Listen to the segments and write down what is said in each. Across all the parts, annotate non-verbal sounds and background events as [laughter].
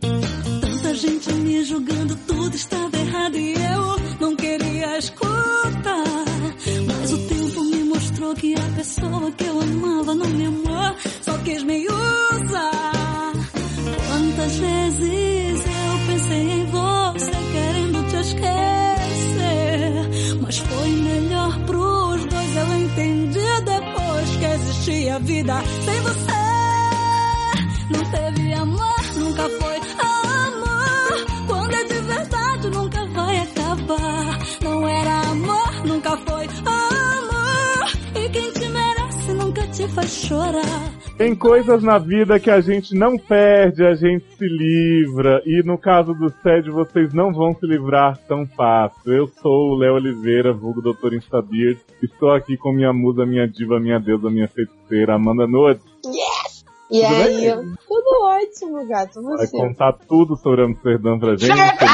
Tanta gente me julgando, tudo estava errado e eu não queria escutar. Mas o tempo me mostrou que a pessoa que eu amava não me amou, só quis me usar. Quantas vezes eu pensei em você querendo te esquecer, mas foi melhor pros dois. Eu entendi depois que existia vida sem você. Não teve amor, nunca foi amor. Quando é de verdade, nunca vai acabar. Não era amor, nunca foi amor. E quem te merece nunca te faz chorar. Tem coisas na vida que a gente não perde, a gente se livra. E no caso do SED, vocês não vão se livrar tão fácil. Eu sou o Léo Oliveira, vulgo Doutor Instabir. Estou aqui com minha musa, minha diva, minha deusa, minha feiticeira, Amanda Nunes. E Tudo aí, bem? eu... tudo ótimo, gato. Vai Você. contar tudo sobre Amsterdã pra gente. entendeu?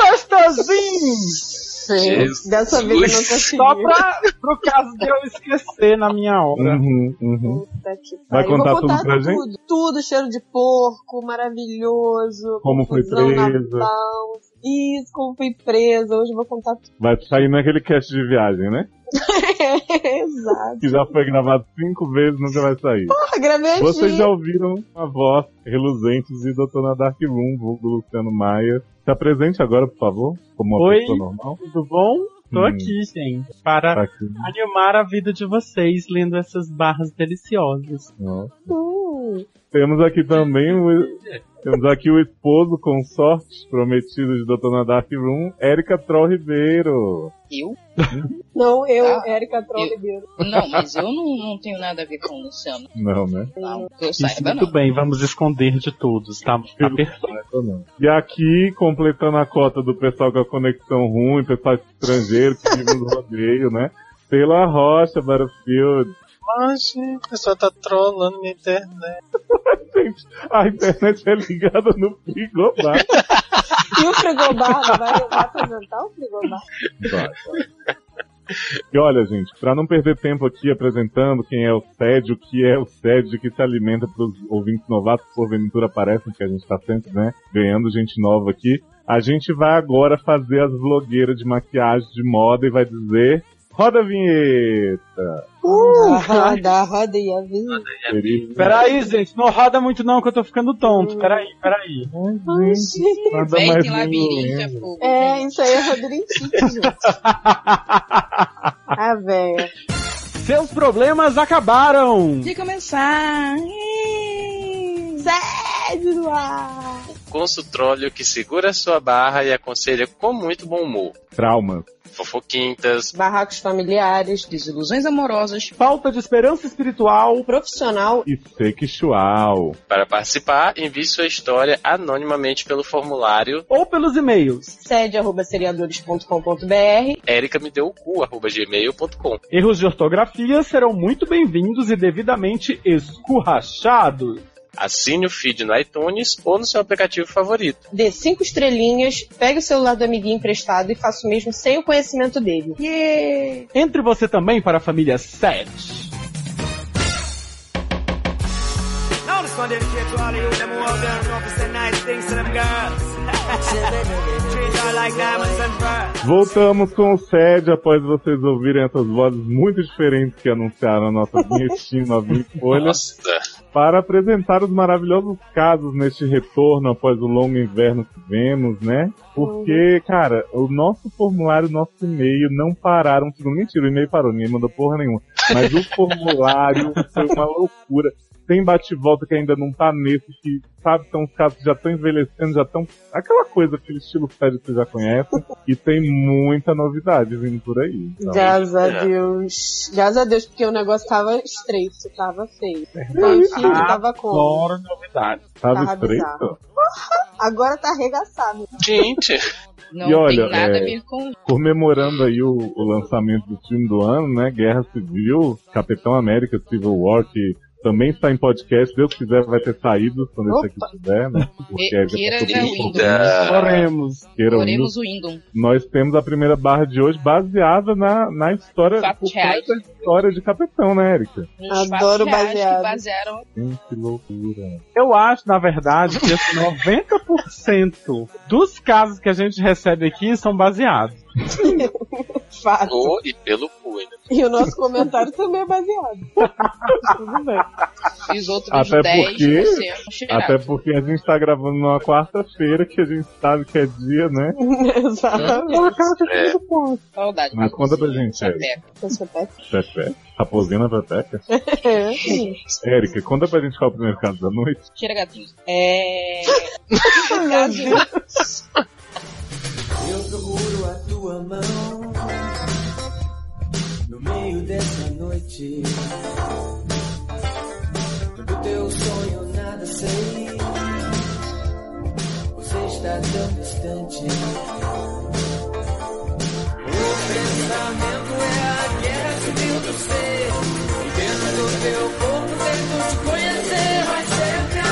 Gostosinho! Jesus. Dessa vez eu não consegui. Só pra, pro caso de eu esquecer na minha obra. Uhum, uhum. Puta que Vai pariu. contar Vou tudo pra gente? Tudo, tudo, cheiro de porco, maravilhoso. Como foi confusão na presa. pau. Isso, como fui presa. Hoje eu vou contar tudo. [laughs] Vai sair naquele cast de viagem, né? Exato. Que já foi gravado cinco vezes, nunca vai sair. Ah, gravei aqui. Vocês já ouviram a voz reluzente de Dona Dark Room, vulgo Luciano Maia. Se apresente agora, por favor, como uma Oi. pessoa normal. Tudo bom? Tô Hum. aqui, gente, para Tá aqui. animar a vida de vocês lendo essas barras deliciosas. ó. Hum, Temos aqui também o... Temos aqui o esposo consorte prometido de Dona Dark Room, Érica Troll Ribeiro. Eu? Não, eu, Ah, Érica Troll Ribeiro. Não, mas eu não, não tenho nada a ver com o Luciano. Não, né? Hum. Não, que eu Isso, saiba, muito não. bem, vamos esconder de todos, tá? Tá perfeito. E aqui, completando a cota do pessoal com a conexão ruim, pessoal estrangeiro que vive no rodeio, né? Pela Rocha, Battlefield. Mas o pessoal tá trolando na internet. Gente, a internet é ligada no frigobar. E o frigobar? não Vai, vai apresentar o [laughs] frigobar? E olha, gente, pra não perder tempo aqui apresentando quem é o SED, o que é o SED, de que se alimenta pros ouvintes novatos, que porventura aparecem, que a gente tá sempre, né, ganhando gente nova aqui. A gente vai agora fazer as blogueiras de maquiagem, de moda e vai dizer... Roda a vinheta! Uh, roda, roda e avisa. querido. Peraí, gente, não roda muito não que eu tô ficando Hum. tonto. Peraí, peraí. Ai, gente, nada Vem mais que labirinto é violento. fogo. É, isso aí é Rodriguinho, [laughs] gente. Ah, velho. Seus problemas acabaram! De começar. Sede no ar. O consultróleo que segura sua barra e aconselha com muito bom humor. Traumas. Fofoquintas, Barracos familiares, Desilusões amorosas. tipo, Falta de esperança espiritual. profissional. e sexual. para participar, envie sua história anonimamente pelo formulário Ou pelos e-mails. Sede arroba seriadores.com.br. erica me deu o cu, arroba gmail.com. Erros de ortografia serão muito bem-vindos e devidamente escurrachados. Assine o feed no iTunes ou no seu aplicativo favorito. Dê cinco estrelinhas, pegue o celular do amiguinho emprestado e faça o mesmo sem o conhecimento dele. Yeah. Entre você também para a família 7. Now this one dedicated to all of you them who out there and know to say nice things to them girls. [laughs] Treat her like diamonds and pearls. Voltamos com o SED após vocês ouvirem essas vozes muito diferentes que anunciaram a nossa [laughs] vinhetinha novinha folha Nossa, para apresentar os maravilhosos casos neste retorno após o longo inverno que vemos, né? Porque, cara, o nosso formulário, o nosso e-mail não pararam. Não, mentira, o e-mail parou, ninguém mandou porra nenhuma. Mas o formulário foi uma loucura. Tem bate-volta que ainda não tá nesse, que sabe, são os casos que já estão envelhecendo, já estão. Aquela coisa, aquele estilo sério que você já conhece. E tem muita novidade vindo por aí. Então, Graças a É. Deus. Graças a Deus, porque o negócio tava estreito, tava feio. Enfim, Ah, tava como? Agora novidade. sabe, tá estreito? bizarro. Agora tá arregaçado. gente, Não E olha, tem nada é- a ver com comemorando aí o, o lançamento do filme do ano, né? Guerra Civil, Capitão América Civil War, que Também está em podcast, Deus quiser vai ter saído quando esse Opa. aqui estiver, né? Porque aí já Queira passou de por um Windows. Eita. Oremos. Queira Oremos o Windom. nós temos a primeira barra de hoje baseada na, na história, Fatos por reais. conta da história de Capetão, né, Erika? Nos Adoro fatos Um reais baseado. Que basearam Gente, que loucura. Eu acho, na verdade, que assim, 90% dos casos que a gente recebe aqui são baseados. Fato. No e pelo cu, né? E o nosso comentário também é baseado. Tudo bem. os outros Até 10 porque- você cheiraram. Até porque a gente tá gravando numa quarta-feira, que a gente sabe que é dia, né? [laughs] Exatamente. É, Saudade. Mas conta pra gente, Erika. Sapeca. Pepe. Raposina Pepeca. É. Erika, conta pra gente qual é o primeiro caso da noite. Tira gatinho. É. Eu seguro a tua mão no meio dessa noite. Do teu sonho nada sei. Você está tão distante. O pensamento é a guerra civil do ser. E dentro do teu corpo tento te conhecer, mas sempre há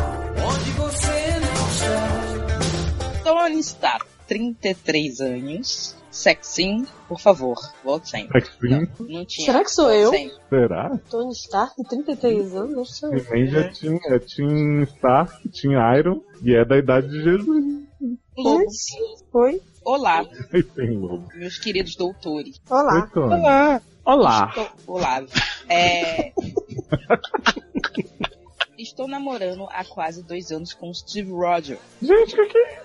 um lugar onde você não está. Tony Stark, 33 anos. Sexinho, por favor, volte sempre. Sexinho, Não, não tinha. Será que sou Volte eu? sempre. será? Tony Stark, 33 anos, né? não sou eu. He-Man já tinha, é, tinha Stark, tinha Iron, e é da idade de Jesus. [laughs] Lobo. Oi? Olá, Aí tem lobo. meus queridos doutores. Olá. Oi, Tony. Olá. Estou- Olá. É... Estou namorando há quase dois anos com o Steve Rogers. Gente, o que que é?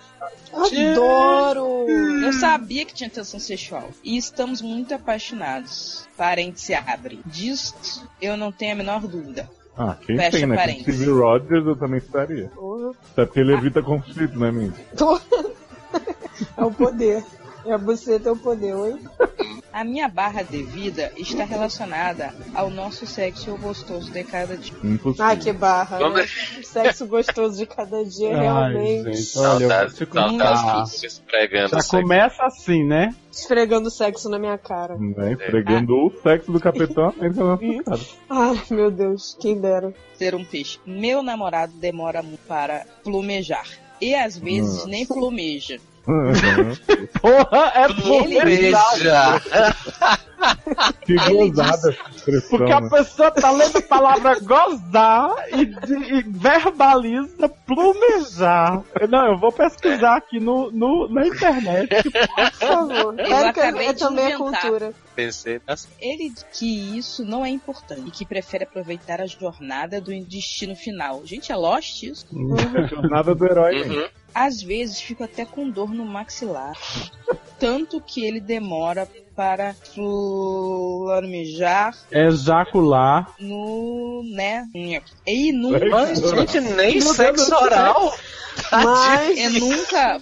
Adoro! Eu sabia que tinha tensão sexual. E estamos muito apaixonados. Parente se abre. Disto, eu não tenho a menor dúvida. Ah, quem Fecha tem, né? Com parênteses. Steve Rogers eu também estaria. Até porque ele evita conflito, né, menino? [laughs] É o poder. É a buceta, é o poder, oi? A minha barra de vida está relacionada ao nosso sexo gostoso de cada dia. Impossível. Ai, que barra. Vamos né? Sexo gostoso de cada dia, realmente. gente, olha, eu vou saudades, te contar. saudades que vocês pregando. Já começa assim, né? Esfregando sexo na minha cara. Né? Entregando o sexo do capitão América na nossa cara. Ai, meu Deus, quem dera. Ser um peixe. Meu namorado demora muito para plumejar. E às vezes Nossa. nem plumeja. Uhum. Porra, é Ele- Beija! que Ele gozada essa expressão. Porque a Né? pessoa tá lendo a palavra gozar e, de- e verbaliza plumejar. Eu- Não, eu vou pesquisar aqui no, no- na internet. Por favor. Eu Érica acabei é de também a inventar. cultura. Pensei nas Ele diz que isso não é importante e que prefere aproveitar a jornada do destino final. Gente, é Lost isso? É jornada do herói, hein? Uhum. Às vezes fico até com dor no maxilar. Tanto que ele demora para plumejar Ejacular. no. né? E Legal. nunca. gente, nem Meu Deus sexo do céu. oral. Mas É nunca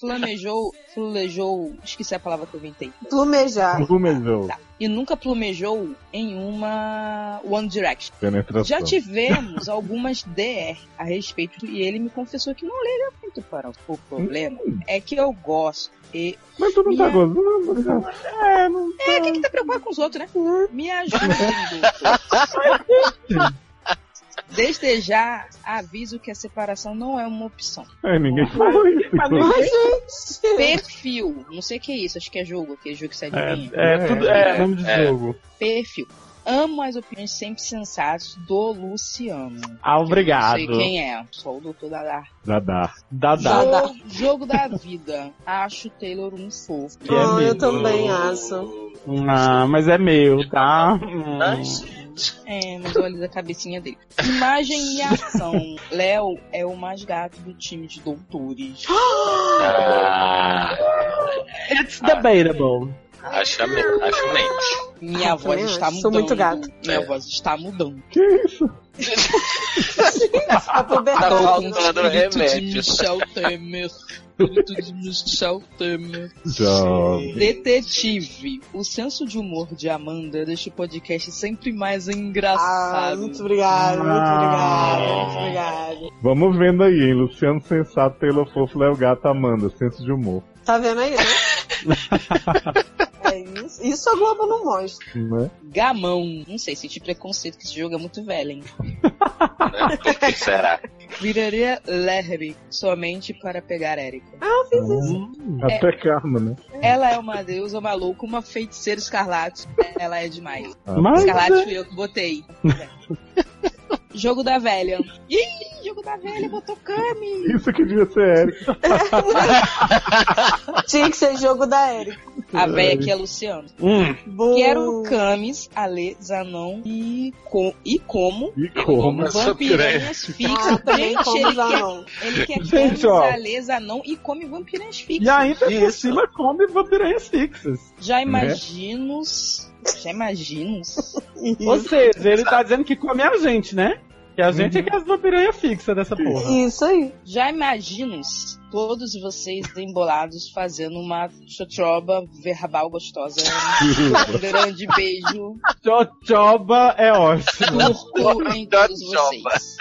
flamejou, flulejou, esqueci a palavra que eu inventei. plumejar. né? Plumejou. E nunca plumejou em uma One Direction. Penetração. Já tivemos algumas DR a respeito e ele me confessou que não liga muito para o- o problema. Hum. É que eu gosto. E Mas tu não tá Minha- gozando? cara? é, quem que tá preocupado com os outros, né? Me ajudem, [laughs] doutor. Desde já aviso que a separação não é uma opção. É, ninguém falou isso. Ai, inclusive. É. gente! Perfil, não sei o que é isso, acho que é jogo, aquele jogo que sai de mim. É, tudo, é, nome de É. jogo. perfil. Amo as opiniões sempre sensatas do Luciano. Ah, Não sei obrigado. quem é, sou o doutor da Já dá. Dadá. Dá, dá. Jogo, jogo da vida. Acho o Taylor um fofo. Que é Ah, eu mesmo. então- também acho. Ah, mas é meu, tá? Hum. Ai, gente. É, mas olha da cabecinha dele. Imagem e ação. Léo é o mais gato do time de doutores. Ah, It's debatable. acha mesmo, acho mente. Minha Eu voz também está acho, mudando. sou muito gato. Minha É. voz está mudando. A Tá puberdade. faltando Espírito de remédio. Michel Temer. Espírito de Michel Temer. Jovem. Detetive, o senso de humor de Amanda deixa o podcast sempre mais Ah, engraçado. muito obrigado, muito Ah. obrigado, muito obrigado. Vamos vendo aí, hein? Luciano Sensato, [laughs] Taylor Fofo, Léo Gato, Amanda. Senso de humor. Tá vendo aí, né? É É, isso, isso a Globo não mostra. né? Gamão. Não sei, senti preconceito que esse jogo é muito velho, hein? né? Por que será? Viraria Larry somente para pegar Erika. Até karma, né? Ela é uma deusa maluca, uma feiticeira escarlate. Ela é demais. Ah, Mas- é, Escarlate fui eu que botei. [laughs] jogo da velha. Ih, jogo da velha, botou Kami. Isso que devia ser Eric. Tinha que ser jogo da Eric. A velha que é Luciano. Boa. Que Oh. eram Camis, Ale, Zanon e, com, e como. E como? Mas só piranha. Vampirinhas Ah, fixas. também Gente, como ele já quer, não. ele quer Gente, Camis, ó. Ale, Zanon e come vampirinhas E fixas. ainda por Isso. cima come vampirinhas fixas. Já imagino. Já imagino. Ou seja, ele tá dizendo que come a gente, né? Que a gente é que é as vampirinhas fixas dessa porra. Isso aí. Já imagino todos vocês embolados fazendo uma chotroba verbal gostosa. [laughs] Um grande beijo [laughs] Chochoba é ótimo. [laughs] turco em é todos vocês.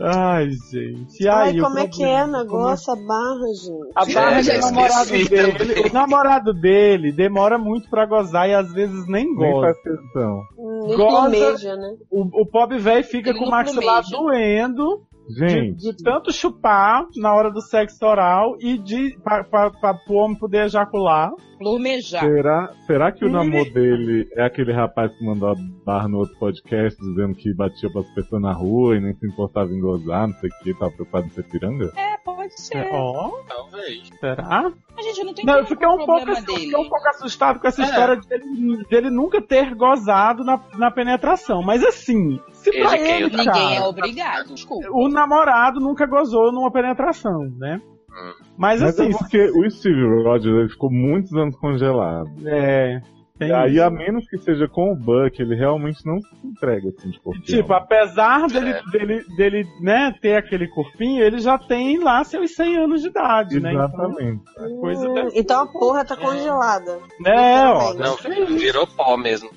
Ai, gente. E Ai, aí, o como é que é problema? Como negócio, essa barra, gente? A barra É, já do namorado esqueci dele. também. O namorado dele demora muito pra gozar e às vezes nem Nem goza. faz questão. Hum, Nem Goza- planeja, né? O, o pobre velho fica Ele com o não maxilar planeja. doendo de, Gente, de tanto chupar na hora do sexo oral e de pra, pra, pra, pro homem poder ejacular. Plumejar. será, será que o namoro dele é aquele rapaz que mandou a barra no outro podcast dizendo que batia pras pessoas na rua e nem se importava em gozar, não sei o que, tava preocupado em ser piranga? É, pode ser. Ó, Talvez. será? A gente não tem Não, eu nenhum fiquei um pouco, problema assim, eu dele. fiquei um pouco assustado com essa É. história dele, dele nunca ter gozado na, na penetração. Mas assim, se Ele pra quem ele, eu cara, Ninguém é obrigado. Desculpa. o namorado nunca gozou numa penetração, né? Hum. Mas, Mas é assim, porque o Steve Rogers ele ficou muitos anos congelado. é. tem E aí, isso. a menos que seja com o Buck, ele realmente não se entrega assim de corpo. Tipo, apesar dele, É. dele, dele né, ter aquele corpinho, ele já tem lá seus 100 anos de idade, né? Exatamente. Então, a coisa deve- Então a porra tá [laughs] congelada. né, ó. Exatamente. Não, virou pó mesmo.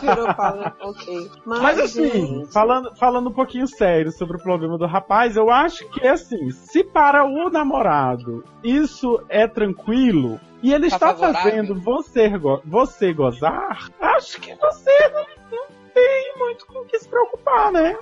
Virou pau, né? ok. Mas assim, gente, falando, falando um pouquinho sério sobre o problema do rapaz, eu acho que assim, se para o namorado isso é tranquilo e ele Tá está favorável. fazendo você, go- você gozar, acho que você não, não tem muito com o que se preocupar, né?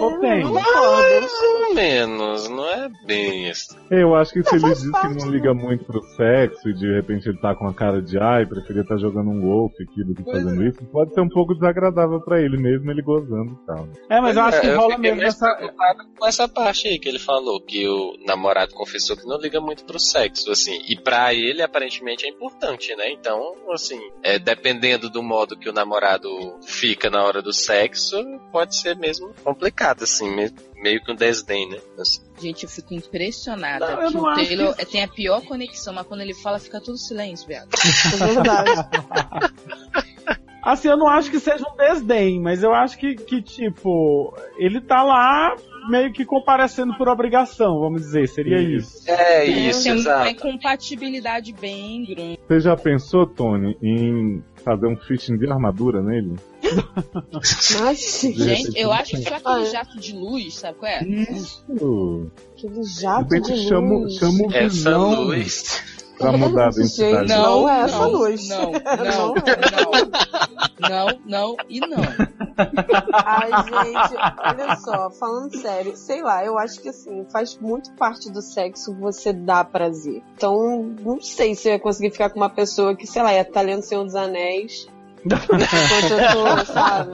Ou tem? Mais ou menos, não é bem isso. Eu acho que se ele faz diz parte, que não né? liga muito pro sexo e de repente ele tá com a cara de ai, preferia estar jogando um golfe aqui do que é. fazendo isso, pode ser um pouco desagradável pra ele mesmo, ele gozando e tal. É, mas eu acho que rola mesmo mais essa. preocupado com essa parte aí que ele falou, que o namorado confessou que não liga muito pro sexo, assim. E pra ele, aparentemente, é importante, né? Então, assim, é, dependendo do modo que o namorado fica na hora do sexo, pode ser mesmo complicado, assim, me- meio que um desdém, né? Assim, Gente, eu fico impressionada Não, eu que não o acho Taylor tem a pior conexão, mas quando ele fala, fica tudo silêncio, viado. é verdade. Assim, eu não acho que seja um desdém, mas eu acho que, que tipo, ele tá lá meio que comparecendo por obrigação, vamos dizer, seria isso. é isso, tem uma exato. incompatibilidade bem grande. Você já pensou, Tony, em fazer um fishing de armadura nele? Mas, De Gente, repente, eu acho que só Ah, aquele é. jato de luz, sabe qual é? Isso! aquele De jato Ah, de repente luz. chama, chama o Essa visão luz. pra mudar a identidade. Gente, Não é essa não, luz. [laughs] Não, Não não, não, não, não e não. Ai, gente, olha só, falando sério, sei lá, eu acho que assim, faz muito parte do sexo você dar prazer. Então, não sei se eu ia conseguir ficar com uma pessoa que, sei lá, ia estar lendo Senhor dos Anéis. enquanto eu tô, sabe?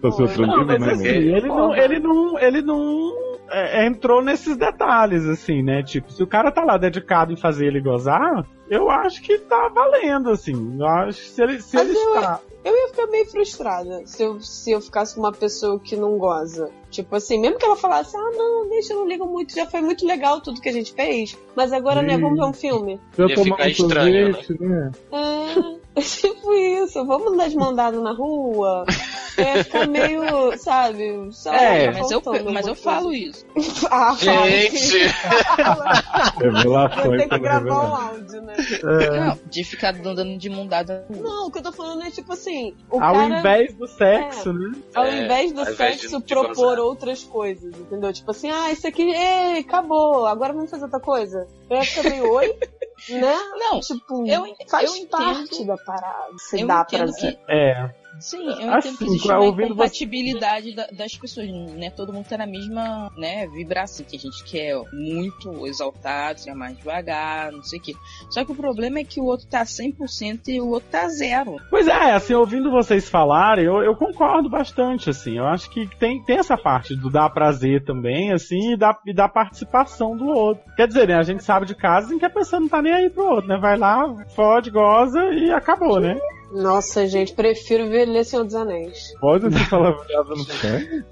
Tô se ouvindo, Não, mas né, assim, [laughs] amigo? ele não, ele não, ele não é, entrou nesses detalhes, assim, né? Tipo, se o cara tá lá dedicado em fazer ele gozar, eu acho que tá valendo, assim. Eu acho que se ele, se Mas ele eu- está. Eu ia ficar meio frustrada se eu, se eu ficasse com uma pessoa que não goza. Tipo assim, mesmo que ela falasse, ah, não, deixa, eu não ligo muito, já foi muito legal tudo que a gente fez, mas agora, né, vamos ver um filme. Já Ia tomou ficar um estranho, sorvete, né? É, tipo isso, vamos dar de mandado na rua. É, ficar meio, sabe, só É, mas eu, mas eu falo isso. isso. Ah, fala, Gente! [laughs] fala. Eu Revelações. tenho que sobre gravar um revelações. áudio, né? É. Não, de ficar andando de mundada. Não, o que eu tô falando é tipo assim, o Ao cara... é. invés do sexo, né? Ao É, invés do ao invés de- sexo, de propor gozar. outras coisas, [laughs] entendeu? Tipo assim, ah, isso aqui, ei, acabou, agora vamos fazer outra coisa. Eu ia ficar meio, oi? Né? Não, Tipo, eu en- faz eu parte entendo- da parada. Se eu dá entendo prazer. que. É. Sim, eu Assim, entendo que existe pra- uma ouvindo incompatibilidade da- das pessoas, né? Todo mundo tá na mesma, né, vibração, que a gente quer muito exaltado, ser mais devagar, não sei o quê. Só que o problema é que o outro tá 100% e o outro tá zero. Pois é, assim, ouvindo vocês falarem, eu, eu concordo bastante, assim. Eu acho que tem, tem essa parte do dar prazer também, assim, e da, e da participação do outro. Quer dizer, né, a gente sabe de casos em que a pessoa não tá nem aí pro outro, né? Vai lá, fode, goza e acabou, né? Nossa, gente, prefiro ver Ler Senhor dos Anéis. Pode essa palavreada no pé?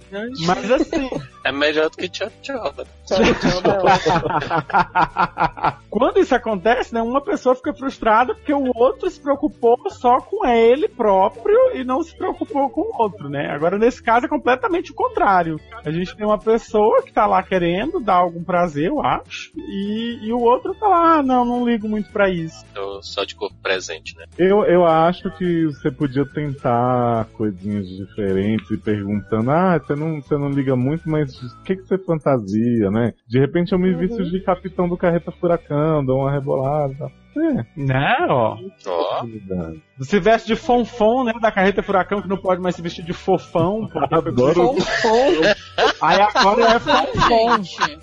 Mas assim, É melhor do que tchau tchau. Tchau, tchau, tchau. [laughs] Quando isso acontece, né, uma pessoa fica frustrada porque o outro se preocupou só com ele próprio e não se preocupou com o outro, né? Agora, nesse caso, é completamente o contrário. A gente tem uma pessoa que tá lá querendo dar algum prazer, eu acho, e, e o outro tá lá, ah, não, não ligo muito pra isso. Tô só de corpo presente, né? Eu, eu acho que você podia tentar coisinhas diferentes e perguntando, ah, você não, você não liga muito, mas o que, que você fantasia, né? De repente eu me Uhum. visto de capitão do carreta furacão, dou uma rebolada. tá É, Né, ó. Ó, verdade. Se veste de fonfon, né, da carreta furacão, que não pode mais se vestir de fofão. pô. Adoro. Aí agora é fonfon. Então, Gente,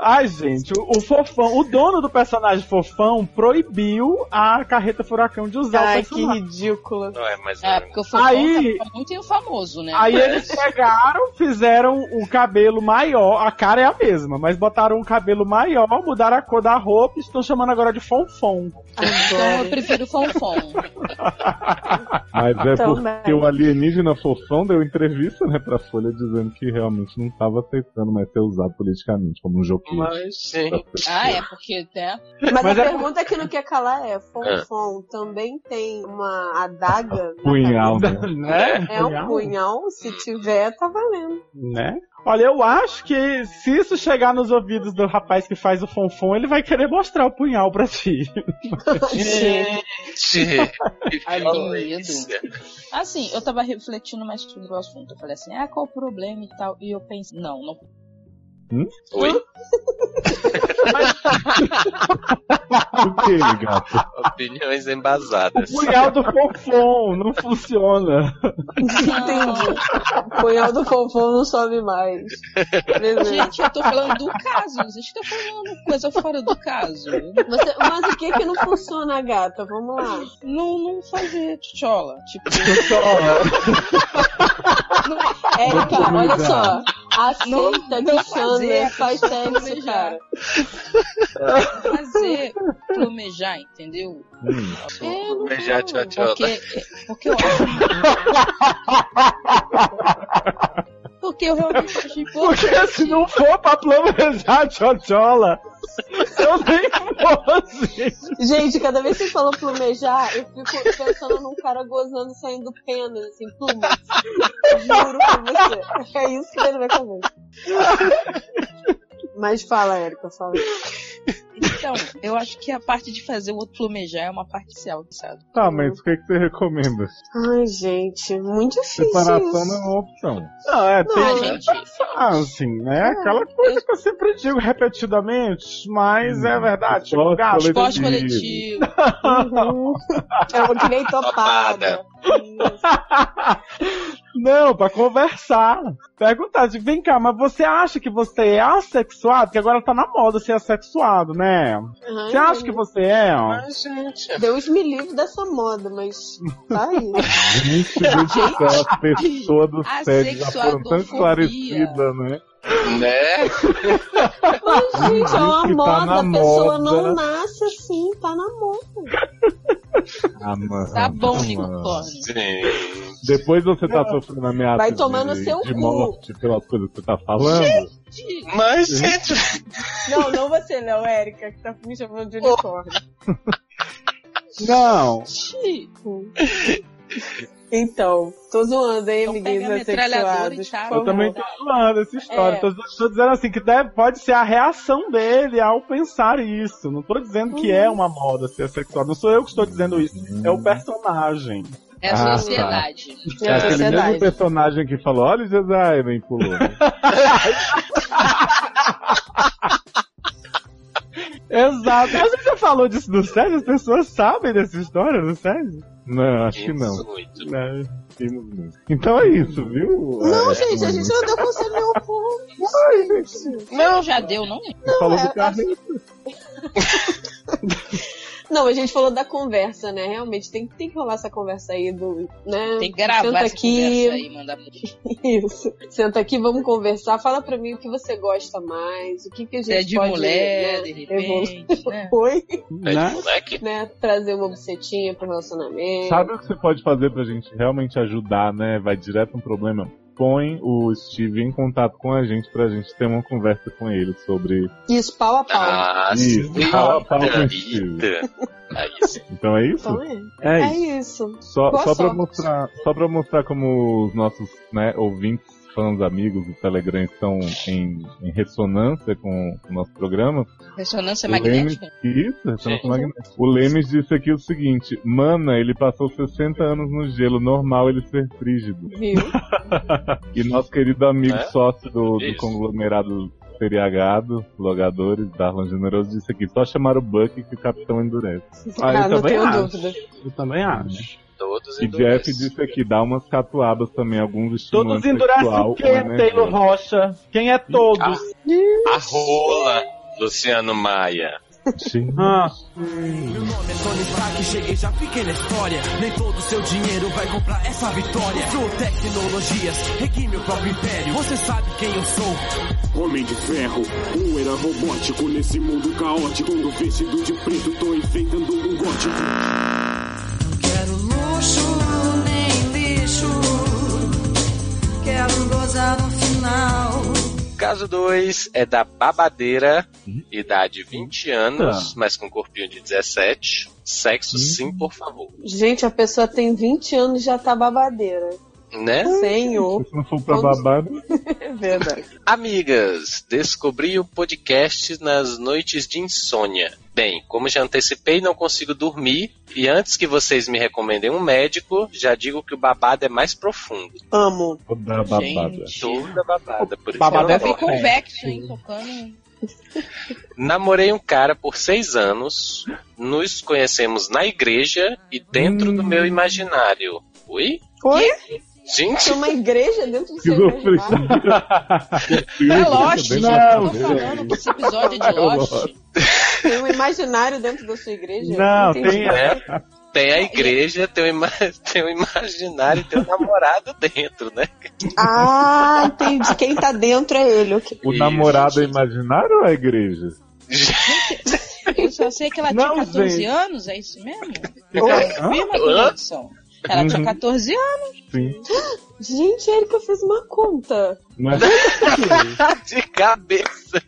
Ai, gente, o, o fofão, o dono do personagem fofão proibiu a carreta furacão de usar o Ai, que personagem. ridícula. não é mais é, um. porque o fofão Aí- tá muito e o famoso, né? Aí eles pegaram, fizeram o cabelo maior, a cara é a mesma, mas botaram um cabelo maior, mudaram a cor da roupa e estão chamando agora de fonfon. [laughs] Então eu Adoro. prefiro o fonfon. Mas é porque Também. o alienígena fofão deu entrevista, né, pra Folha dizendo que realmente não estava aceitando mais ser usado politicamente como um joquinho. [laughs] Mas sim. [laughs] Ah, é, porque até. Mas, Mas a é- pergunta que não quer calar é: É. Fonfon também tem uma adaga? na Punhal, né? né? cabeça? É um punhal? Se tiver, tá [laughs] valendo. Né? Olha, eu acho que se isso chegar nos ouvidos do rapaz que faz o fonfon, ele vai querer mostrar o punhal pra ti. [laughs] Gente, Gente, que Ai, violência. Assim, eu tava refletindo mais sobre o assunto. Eu falei assim, ah, qual o problema e tal? E eu pensei, não, não. [laughs] Oi? Por [laughs] que, gato? Opiniões embasadas. O punhal do fonfon não funciona. entendi. O punhal do Fonfon não sobe mais. Beleza. Gente, eu tô falando do caso. Vocês estão falando coisa fora do caso. Você- mas o que que não funciona, gata? Vamos lá. Não, não fazer tchola. Tipo, Vamos Érica, É, olha combinar. só. Aceita Não- não que Chandler fazer, faz sexo, planejar. cara. fazer, planejar, entendeu? Hum. É, não Mas já, vamos. tchau, um tchau. Porque, porque eu acho. Porque eu realmente acho importante. Porque se não for pra planejar a tchotchola, eu nem [laughs] vou fazer. Gente, cada vez que você falou plumejar, eu fico pensando num cara gozando e saindo penas, assim, plumas. Juro pra você. É isso que ele vai comer. Mas fala, Érica, fala. Então, eu acho que a parte de fazer o outro planejar é uma parcial, sabe? Tá, mas o que, que você recomenda? Ai, gente, muito difícil Separação não é isso. uma opção. Não, é, A tem que gente, pensar, assim, né? Aquela coisa que eu sempre digo repetidamente, mas é verdade. Tipo, Posso gato, falar- esporte Coletivo. coletivo. Uhum. É uma que nem topada. não, pra conversar. Perguntar, tipo, vem cá, mas você acha que você é assexuado? Porque agora tá na moda ser assexuado, né? Ai, Você acha que você é? ó? Mas, gente, Deus me livre dessa moda, mas tá aí. Gente do céu, a pessoa do A SED já foram tão sexuadofobia. esclarecida, né? né? Mas, gente, é uma Gente, tá moda, na a moda. pessoa não nasce assim, tá na moda. Ah, mano. Tá bom, ah, mano. unicórnio. Sim. Depois você tá sofrendo ameaça Vai tomar no de, seu de cu. morte pelas coisas que você tá falando. Mas, gente, Não, não você, não, Érica, que tá me chamando de unicórnio. Não. Gente, Então, tô zoando, hein, Então amiguinhos pega a metralhadora e assexuados. tá. por Eu favor. também tô falando essa história. É. Tô, tô dizendo assim que deve- pode ser a reação dele ao pensar isso. Não tô dizendo que é uma moda ser sexual. Não sou eu que estou dizendo isso. É o personagem. é Ah, a sociedade. É a aquele mesmo sociedade. personagem que falou, olha o Jezaira e né? pulou. Exato. A gente já falou disso do Sérgio? As pessoas sabem dessa história do Sérgio? Não, acho que um não. Né? Não, temos não. Então é isso, viu? Não, É, gente, a gente não deu conselho nenhum pro pro Sérgio. Não, já deu, não? Falou é, do carro. Não, a gente falou da conversa, né? Realmente tem, tem que rolar essa conversa aí do, né? Tem que gravar Senta essa aqui. conversa aí, mandar pro Isso. Senta aqui, vamos conversar. Fala pra mim o que você gosta mais, o que, que a gente Você é de pode, mulher, né, de evolu- repente, né? Oi, É de Né? moleque. né? Trazer uma bucetinha pro relacionamento. Sabe o que você pode fazer pra gente realmente ajudar, né? Vai direto no problema. Põe o Steve em contato com a gente pra gente ter uma conversa com ele sobre. Isso, pau a pau. Ah, Isso, sim. fala, fala um com o Eita. Steve. Aí sim. Então é isso? Então é. É isso. É isso. Só, Boa só pra sorte. mostrar, só pra mostrar como os nossos né, ouvintes, fãs, amigos do Telegram estão em, em ressonância com o nosso programa. Ressonância O Leme, magnética. isso, é ressonância Sim. magnética. O Lemes disse aqui o seguinte: Mana, ele passou 60 anos no gelo, normal ele ser frígido. Viu? E nosso querido amigo É? sócio do, do Isso. conglomerado feriagado, logadores, Darlan Generoso, disse aqui: só chamar o Buck que o capitão endurece. Ah, eu Ah, não também tenho acho. dúvida. Eu também acho. Todos E e todas. Jeff disse aqui: dá umas catuabas também, alguns Todos estimulantes endurecem sexual, quem é né? Taylor Rocha? Quem é todos? A rola, Luciano Maia. Sim. Ah, Meu nome é Tony Stark, cheguei, já fiquei na história. Nem todo o seu dinheiro vai comprar essa vitória. Sou tecnologias, regui meu próprio império. Você sabe quem eu sou. Homem de ferro, um era robótico nesse mundo caótico. Ando vestido de preto, tô enfeitando um gótico. Quero luxo, nem lixo. Quero gozar no final. Caso 2 é da babadeira, Uhum. idade 20 anos, mas com corpinho de 17. Sexo Uhum. sim, por favor. Gente, a pessoa tem 20 anos e já tá babadeira. Né? Senhor. Se não for pra Todos- babar, É verdade. Amigas, descobri o podcast nas noites de insônia. Bem, como já antecipei, não consigo dormir. E antes que vocês me recomendem um médico, já digo que o babado é mais profundo. Amo. vou dar babada. Gente, Toda babada, por isso Babado que eu é eu adoro. vi bom. convexo, hein, tocando. Namorei um cara por seis anos, nos conhecemos na igreja e dentro Hum. do meu imaginário. Ui? Oi? Gente, Tem uma igreja dentro do seu imaginário. Esquizofrenia. [laughs] Tá É Lost, bem gente, bacana. eu tô falando que esse episódio é de Lost. Tem um imaginário dentro da sua igreja? não, Entendi. tem. né? Tem a igreja, tem o, ima- [laughs] tem o imaginário e tem o namorado dentro, né? Ah, entendi. Quem tá dentro é ele. ok. O Isso, namorado é imaginário ou é a igreja? Eu só sei que ela Não, tinha 14 gente. anos, é isso mesmo? Oi? Confirma a Hã? conexão. Ela tinha Uhum. 14 anos. Sim. é Gente, Erika fez uma conta. Mas De cabeça.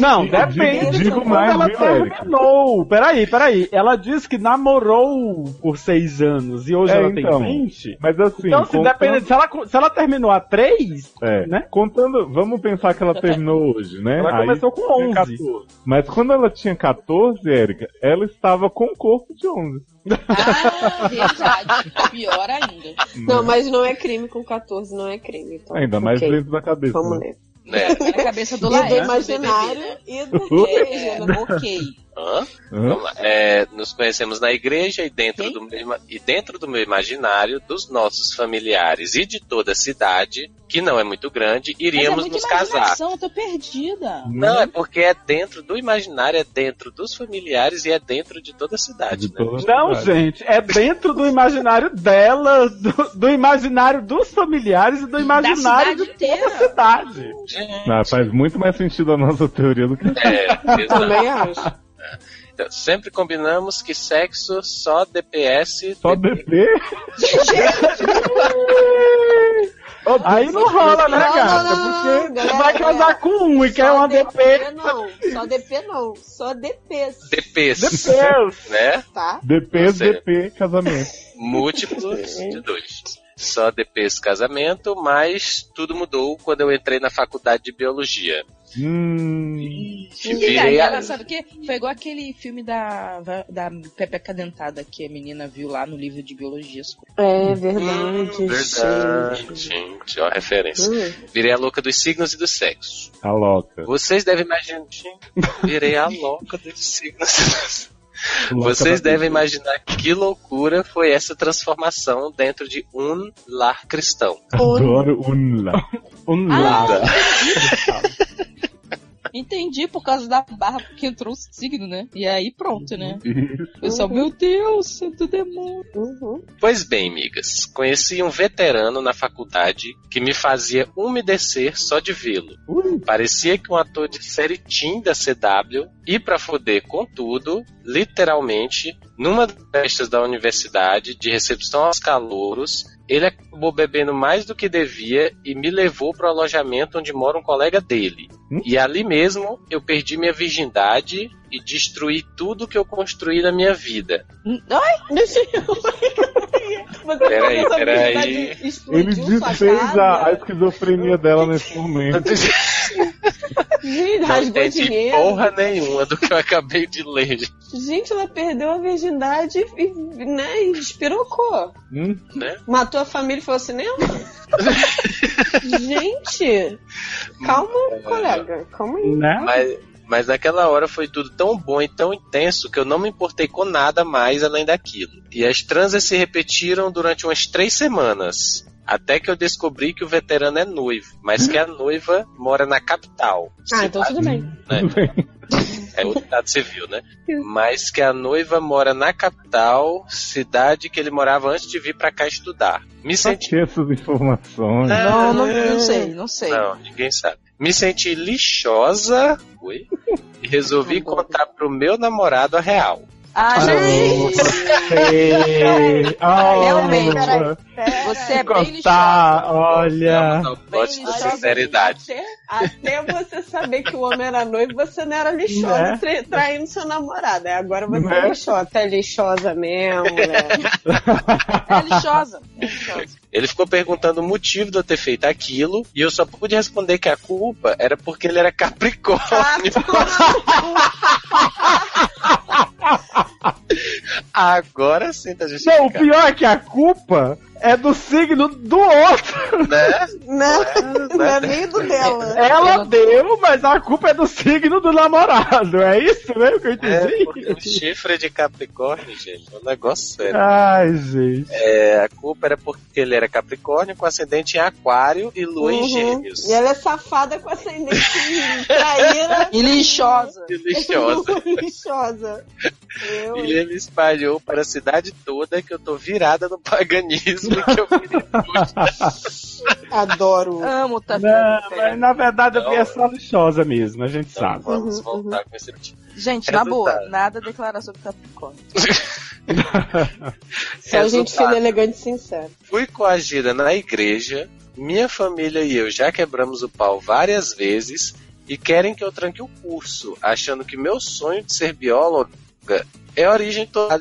Não, Digo- digo- depende. digo Quando mais, ela viu, terminou. Peraí, peraí. Ela disse que namorou por seis anos e hoje É, ela então. tem 20. Mas assim, Então, se, contando, depende, se, ela, se ela terminou a três, é, né? É. contando, vamos pensar que ela terminou hoje, né? ela Aí começou com tinha 11. 14. Mas quando ela tinha 14, Érica, ela estava com o corpo de 11. Ah, verdade. Pior ainda. Não, mas não é crime com 14, não é crime. Então. Ainda mais Ok, dentro da cabeça. Vamos né? ler. Né? Na cabeça do E Laerte. do do imaginário e da bebê, igreja. né? né? É, ok. Hã? Hã? Vamos lá. É, nos conhecemos na igreja e dentro, Quem? do meu, ima- e dentro do meu imaginário, dos nossos familiares e de toda a cidade, que não é muito grande, Mas é iríamos muita nos casar. imaginação, né? eu tô perdida. Não, é porque é dentro do imaginário, é dentro dos familiares e é dentro de toda a cidade, De né? toda a Não, cidade. gente, é dentro do imaginário dela, do, do imaginário dos familiares e do imaginário cidade de toda a inteira. cidade. Ah, faz muito mais sentido a nossa teoria do que [laughs] É, exato. Também acho. Então, Sempre combinamos que sexo só DPS. só DP. [laughs] DP. Aí não rola, né, Não, não, gata? não, Porque não, galera, você vai casar galera. com um e quer Só uma DP. Não, só DP não. Só DPs, DPs, Deus. né? tá? DPs, Sério. DP, casamento. Múltiplos de dois. Só DPs casamento, mas tudo mudou quando eu entrei na faculdade de biologia. Hum. Te E aí virei ela, a... sabe o quê? Foi igual aquele filme da, da Pepeca Dentada que a menina viu lá no livro de biologia. É verdade, Verdade, gente. gente. Ó, a referência. Hum, Virei a louca dos signos e do sexo. Tá louca. Vocês devem imaginar. Virei a louca dos signos e do sexo. Louca Vocês pra devem tudo. imaginar que loucura foi essa transformação dentro de um lar cristão. Adoro Unla. Um Ah, lado. Entendi, por causa da barra que entrou o signo, né? E aí pronto, né? Isso. Eu só, meu Deus, santo demônio. uhum. Pois bem, amigas, conheci um veterano na faculdade que me fazia umedecer só de vê-lo. Ui. Parecia que um ator de série Tim da CW e pra foder com tudo, literalmente, numa das festas da universidade de recepção aos calouros, ele acabou bebendo mais do que devia e me levou pro alojamento onde mora um colega dele. Hum? E ali mesmo eu perdi minha virgindade e destruí tudo que eu construí na [laughs] minha vida. Ai, meu Deus. Você Peraí, sabe que peraí. tá de- explodiu Ele sua desfez a, a casa? esquizofrenia dela nesse momento. Gente, Não rasgou entendi dinheiro. porra nenhuma do que eu acabei de ler. Gente, ela perdeu a virgindade e, né, e despirocou. Hum? Né? Matou a família e assim, foi ao cinema? Gente, calma, Hum. colega. Calma aí. Né? Mas, mas naquela hora foi tudo tão bom e tão intenso que eu não me importei com nada mais além daquilo. E as transas se repetiram durante umas três semanas. Até que eu descobri que o veterano é noivo, mas que a noiva mora na capital. Ah, então Hum. tudo bem. [laughs] É o estado [laughs] civil, né? Mas que a noiva mora na capital, cidade que ele morava antes de vir pra cá estudar. Me Pra senti. que essas informações? É. Não, não, não sei, não sei. Não, ninguém sabe. Me senti lixosa oi, e resolvi contar pro meu namorado a real. Ah, gente, Ei, oh, É Realmente, você é bem lixado. Contar, É. olha. Não, Bote da Bem lixosa. sinceridade. Até, até você saber que o homem era noivo, você não era lixosa Né? tra- traindo seu namorado. Aí Agora você Né? é lixosa, até lixosa mesmo, né? É lixosa. É lixosa. Ele ficou perguntando o motivo de eu ter feito aquilo e eu só pude responder que a culpa era porque ele [laughs] era capricórnio. Agora sim tá Não, o justificado, pior é que a culpa é do signo do outro. né? Não, não é nem do dela. Ela deu, mas a culpa é do signo do namorado. É isso mesmo que eu [laughs] É, porque o entendi? chifre de capricórnio, gente, é um negócio sério. Ai, gente. É, a culpa era porque ele era capricórnio com ascendente em aquário e lua em gêmeos. Uhum. E ela é safada com ascendente em traíra E lixosa. Que lixosa. lixosa. Eu, E ele espalhou para a cidade toda que eu tô virada no paganismo e que eu [laughs] queria tudo. adoro. Amo, tá Não, mas na verdade eu Não. é só lixosa mesmo, a gente Então, sabe. vamos Uhum, voltar com esse tipo. Gente, na boa, Resultado. nada declarar sobre Capricórnio. Só gente Resultado. fina, elegante e sincera. Fui coagida na igreja, minha família e eu já quebramos o pau várias vezes e querem que eu tranque o curso, achando que meu sonho de ser bióloga é origem total.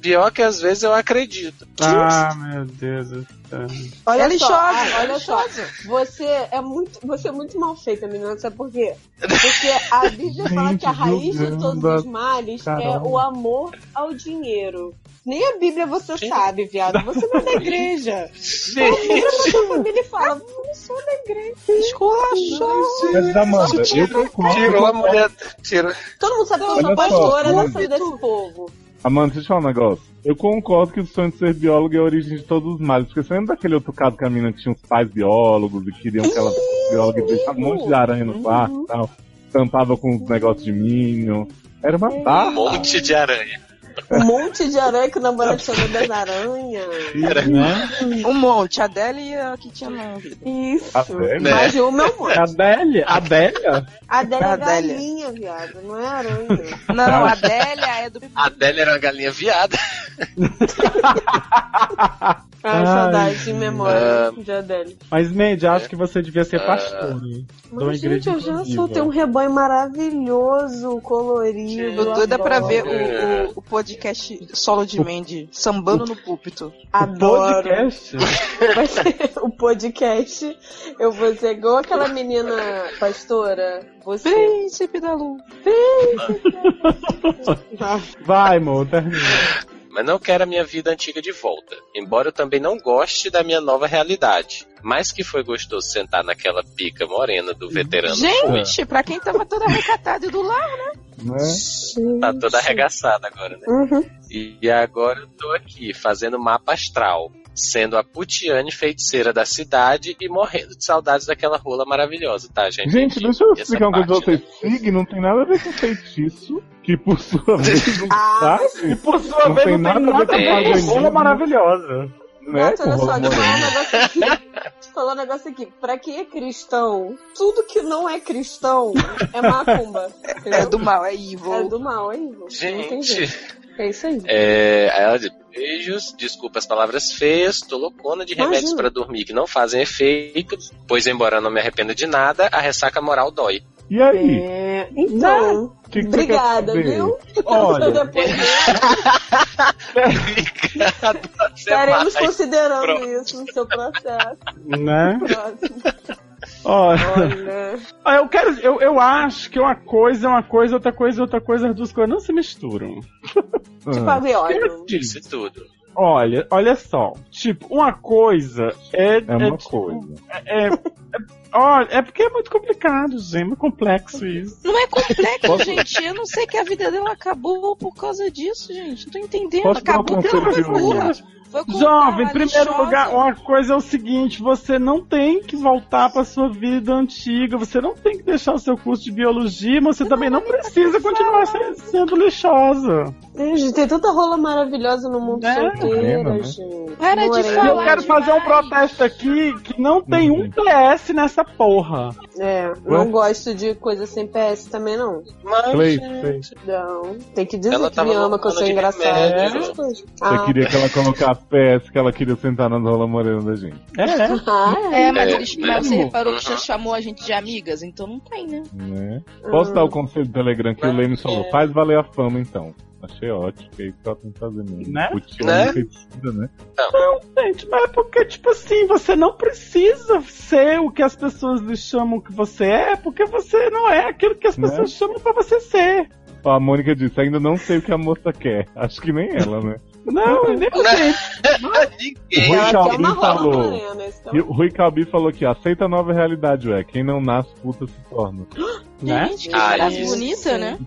Pior que às vezes eu acredito. Ah, meu Deus do céu. Olha é lixosa. só, ah, olha só. lixosa. Você é muito, você é muito mal feita, menina. Sabe por quê? Porque [laughs] a Bíblia fala que a raiz de todos julgando os males é Carol. o amor ao dinheiro. Nem a Bíblia você sabe, viado. Você não é [laughs] da igreja. Gente, A sua família fala, "Eu não sou da igreja. Esculachou. Mas, Amanda, eu concordo. tirou a mulher. Tirou. Todo mundo sabe que eu Olha sou só, pastora da olha. vida desse povo. Amanda, deixa eu falar um negócio. Eu concordo que o sonho de ser biólogo é a origem de todos os males. Porque você lembra daquele outro caso que a menina tinha uns pais biólogos e queriam que ela fosse bióloga e deixava um monte de aranha no quarto e tal. Tampava com uns negócios de minho. Era uma Um barra. monte de aranha. Um monte de aranha que o namorado chamou [laughs] das aranhas. Né? Um monte. A Adele e a que tinha na vida. Isso. A Adélia? Mais de uma é um monte. A Adélia? A Adélia? A Adélia é Adélia. galinha, viado. Não é aranha. Não, a Adélia é do A Adélia era uma galinha viada. Ai, Ai, é. saudade de memória É. de Adele. Mas, Mandy, acho que você devia ser Ah. pastor. hein? Dou uma Mas, gente, igreja eu já inclusiva. sou. Tem um rebanho maravilhoso, colorido. Tô doida pra ver adoro. o, o, o podcast solo de Mandy, sambando no púlpito. Adoro. Podcast? [laughs] Vai ser o podcast. Eu vou ser igual aquela menina pastora. Você. Príncipe da luz. Vai, amor, termina. mas não quero a minha vida antiga de volta, embora eu também não goste da minha nova realidade. Mas que foi gostoso sentar naquela pica morena do veterano foi. Gente, pra quem tava toda recatada e do lado. né? Tá toda arregaçada agora, né? Uhum. E e agora eu tô aqui, fazendo mapa astral, sendo a Putiane feiticeira da cidade e morrendo de saudades daquela rola maravilhosa, tá, gente? Gente, Aqui, deixa eu essa explicar uma coisa pra parte, né? é vocês. Sig não tem nada a ver com feitiço, que por [laughs] sua vez não Ah, sabe, Por sua Não vez, tem não nada a tem nada ver com a ver isso. com maravilhosa. né? Nossa, olha com só, hormônio. tu falou um negócio aqui. Tu falou um negócio aqui. Pra quem é cristão, tudo que não é cristão é macumba. entendeu? [laughs] É do mal, é evil. É do mal, hein? Ivo? Não tem jeito. Gente, É isso aí. é, aí ela diz, beijos, desculpa as palavras feias, tô loucona de remédios Imagina. pra dormir que não fazem efeito, pois embora eu não me arrependa de nada, a ressaca moral dói. [laughs] E aí? É, Então, O que que você quer obrigada, saber? viu? Olha, Depois é estaremos considerando Pronto. isso no seu processo né? próximo. Olha. Olha. Ah, Eu quero. Eu, eu acho que uma coisa é uma coisa, outra coisa é outra coisa, as duas coisas não se misturam. Tipo, Ah, avião. Disse tudo. Olha, olha só. Tipo, uma coisa é. É uma tipo, coisa. É, é- olha, é porque é muito complicado, gente. É muito complexo isso. Não é complexo, Posso- gente. Eu não sei que a vida dela acabou por causa disso, gente. Não tô entendendo. Posso dar um acabou pela conselho de loucura. Foi com Jovem, uma em primeiro lixosa. lugar, uma coisa é o seguinte: você não tem que voltar pra sua vida antiga, você não tem que deixar o seu curso de biologia, mas você também não precisa continuar se- sendo lixosa. Gente, tem tanta rola maravilhosa no mundo Né? solteiro, Pena, né? gente. Para de Morena. E eu falar quero fazer um demais. protesto aqui que não tem Uhum. um PS nessa porra. É, não gosto de coisa sem PS também, não. Play, Mas, play. Você Não. Tem que dizer Ela que tava me ama, que eu sou falando de engraçada. remédio. essas coisas. Ah, queria que ela colocasse PS, que ela queria sentar na rola morena da gente. É. [laughs] ah, É, mas, É, eles, mas você mesmo? Uhum. reparou que já chamou a gente de amigas, então não tem, né? Né? é. Posso dar o conselho do Telegram que o Leme falou? Faz valer a fama, então. Achei ótimo, que é isso que ela tem que fazer mesmo. Né? O tio Né? não precisa, né? Gente, mas é porque, tipo assim, você não precisa ser o que as pessoas lhe chamam que você é, porque você não é aquilo que as Né? pessoas chamam pra você ser. Ó, A Mônica disse, ainda não sei o que a moça quer. Acho que nem ela, né? Não, e nem você. [laughs] Ninguém. Rui ela quer Calbi uma rola falou. morena. esse que é E o Rui Calbi falou aqui, aceita a nova realidade, ué. Quem não nasce, puta se torna. né? Gente, que Ah, Tá frase isso. bonita, né?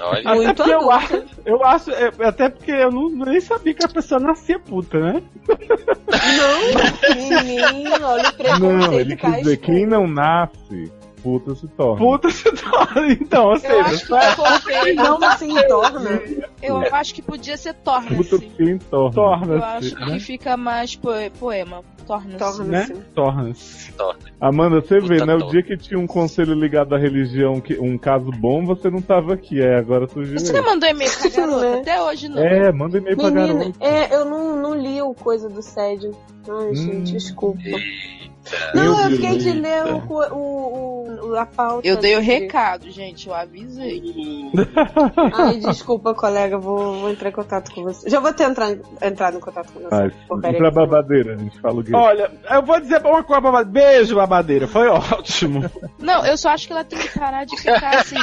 Olha, Até Muito porque eu adulta. acho, eu acho, é, até porque eu não, nem sabia que a pessoa nascia puta, né? Não, menino, olha o preconceito Não, ele quis dizer, cascudo. quem não nasce, puta se torna. Puta se torna. [laughs] Então, ou Eu seja, acho, [laughs] que, tá Quem não se entorna. eu acho que podia ser Tipo, assim. Puta torna-se. se torna. Eu torna-se. acho que fica mais poe- poema. Torna-se. Né? Torna-se. Torna-se. Amanda, você Puta vê, né? O torta. dia que tinha um conselho ligado à religião, que, um caso bom, você não tava aqui. É, agora surgiu Você não isso. mandou e-mail pra garota? Né? Até hoje não. É, manda e-mail pra Menina, garota. é, eu não, não li o coisa do Sede. Ai, gente, Hum. desculpa. Meu Não, eu fiquei Deus. de ler o, co- o, o- a pauta. Eu dei o de- recado, gente. Eu avisei. Ai, desculpa, colega, vou, vou entrar em contato com você. Já vou ter entrar, entrar em contato com você. Ai, porcaria pra que você- babadeira, a gente fala o quê? Olha, eu vou dizer uma coisa, babadeira. Beijo, babadeira. Foi ótimo. Não, eu só acho que ela tem que parar de ficar assim,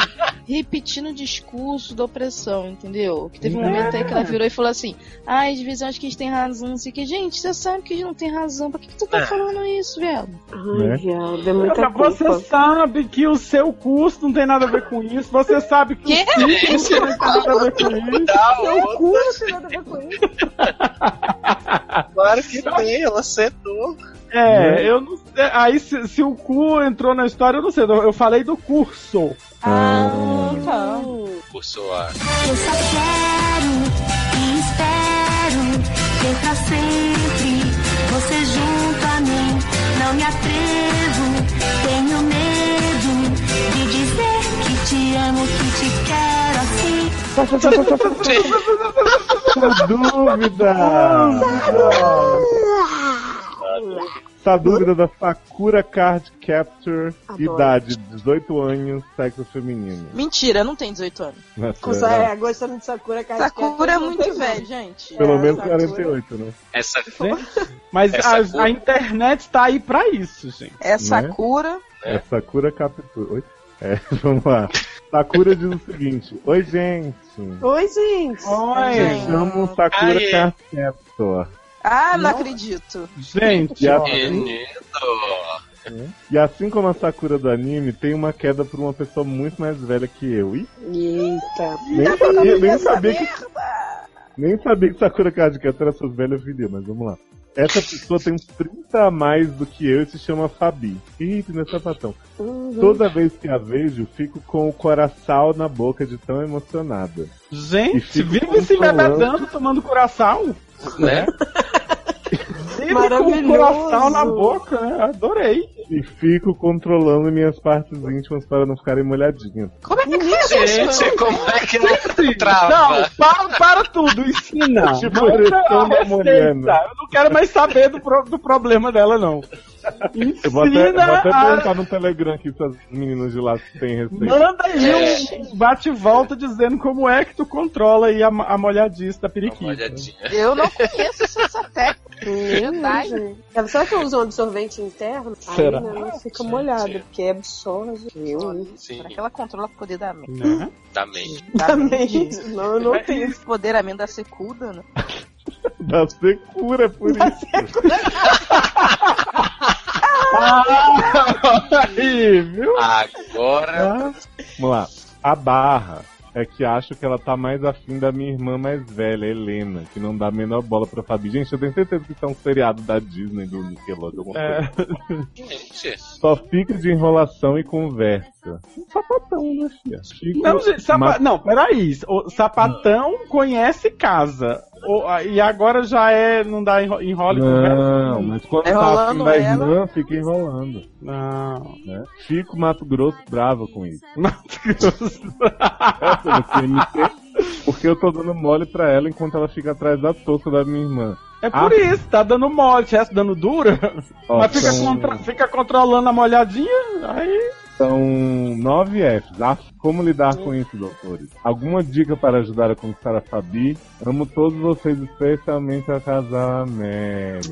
repetindo o discurso da opressão, entendeu? Que teve um momento aí que ela virou e falou assim: ai, às vezes eu acho que a gente tem razão, não sei o que. Gente, você sabe que a gente não tem razão. Pra que, que tu tá falando isso, velho? Ai, Né? viado, é muita Agora, Você culpa. sabe que o seu custo não tem nada a ver com isso. Você sabe que Quê? o seu custo não tem nada a ver com isso. Seu cu não tem nada a ver com isso. Claro que tem, ela acertou. É, eu não sei. Aí, se, se o cu entrou na história, eu não sei. Eu falei do curso. Ah, tá. Cursou a Eu só quero e espero ter pra sempre você junto a mim. Não me atrevo, tenho medo de dizer que te amo, que te quero assim. Dúvida! Tá a dúvida da Sakura Card Capture, Adoro. idade 18 anos, sexo feminino. Né, Mentira, não tem 18 anos. Nossa, é, gostando de Sakura Card Sakura é Captor, muito não tem velho, gente. Pelo É, menos Sakura. 48, né? [laughs] Essa Mas Essa a, cor- a internet tá aí pra isso, gente. É Sakura. É Sakura Capture. Oi? É, [laughs] vamos lá. Sakura diz o seguinte: Oi, gente. nada. Oi, gente. Oi, Me chamo Sakura Aê. Card Capture. Ah, não, acredito. gente. E ó. assim, menino. né? e assim como a Sakura do anime, tem uma queda por uma pessoa muito mais velha que eu. Ih, Eita. nem sabia, nem sabia que. Nem sabia que Sakura Card Capture era sua velha filha, mas vamos lá. Essa pessoa tem uns 30 a mais do que eu e se chama Fabi. Ih, meu sapatão. Toda vez que a vejo, fico com o coração na boca de tão emocionada. E Gente, fico vive se controlando. bebedando, tomando coração. Né? Vive com o coração na boca, né? Adorei. E fico controlando minhas partes íntimas para não ficarem molhadinhas. Como é que Gente, como é que não Não, trava? para, para tudo, [laughs] ensina. Tipo Manda ereção a da receita. Moriana. Eu não quero mais saber do, pro- do problema dela, não. Eu vou até, eu Ensina vou até a perguntar no Telegram aqui se as meninas de lá têm receita. Manda aí um bate-volta dizendo como é que tu controla aí a, a molhadice da periquita. Uma olhadinha. Eu não conheço essa técnica. Meu Ai. Deus, gente. Será que eu uso um absorvente interno? Será? Aí, né, não fica Gente. molhado, porque é absorve. Meu Deus. tá Sim, tá Será que ela controla o poder da mente? Né? da mente. Da Também. mente. Não, eu não tenho. Esse poder a mente da secuda, né? Da secura, por isso. Aí, viu? Agora. Vamos lá. A barra é que acho que ela tá mais afim da minha irmã mais velha, Helena, que não dá a menor bola pra Fabi. Gente, eu tenho certeza que isso é um seriado da Disney, do Nickelodeon, alguma coisa. É, Gente, Só fica de enrolação e conversa. Um sapatão, né, filha? Fico- não, gente, sapa... Mas- não, peraí. O sapatão conhece casa. O- a- e agora já é. Não dá enro- enrola e Não, conversa? mas quando tá afim Enrolando da ela. irmã, fica enrolando. Não. Né? Fico Mato Grosso brava com isso. Porque eu tô dando mole pra ela enquanto ela fica atrás da touca da minha irmã. É por isso, tá dando mole, essa dando dura. Ó, mas fica, são, contra- fica controlando a molhadinha, aí. são nove Fs. Ah, como lidar com isso, doutores? Alguma dica para ajudar a conquistar a Fabi? Amo todos vocês, especialmente a casamento.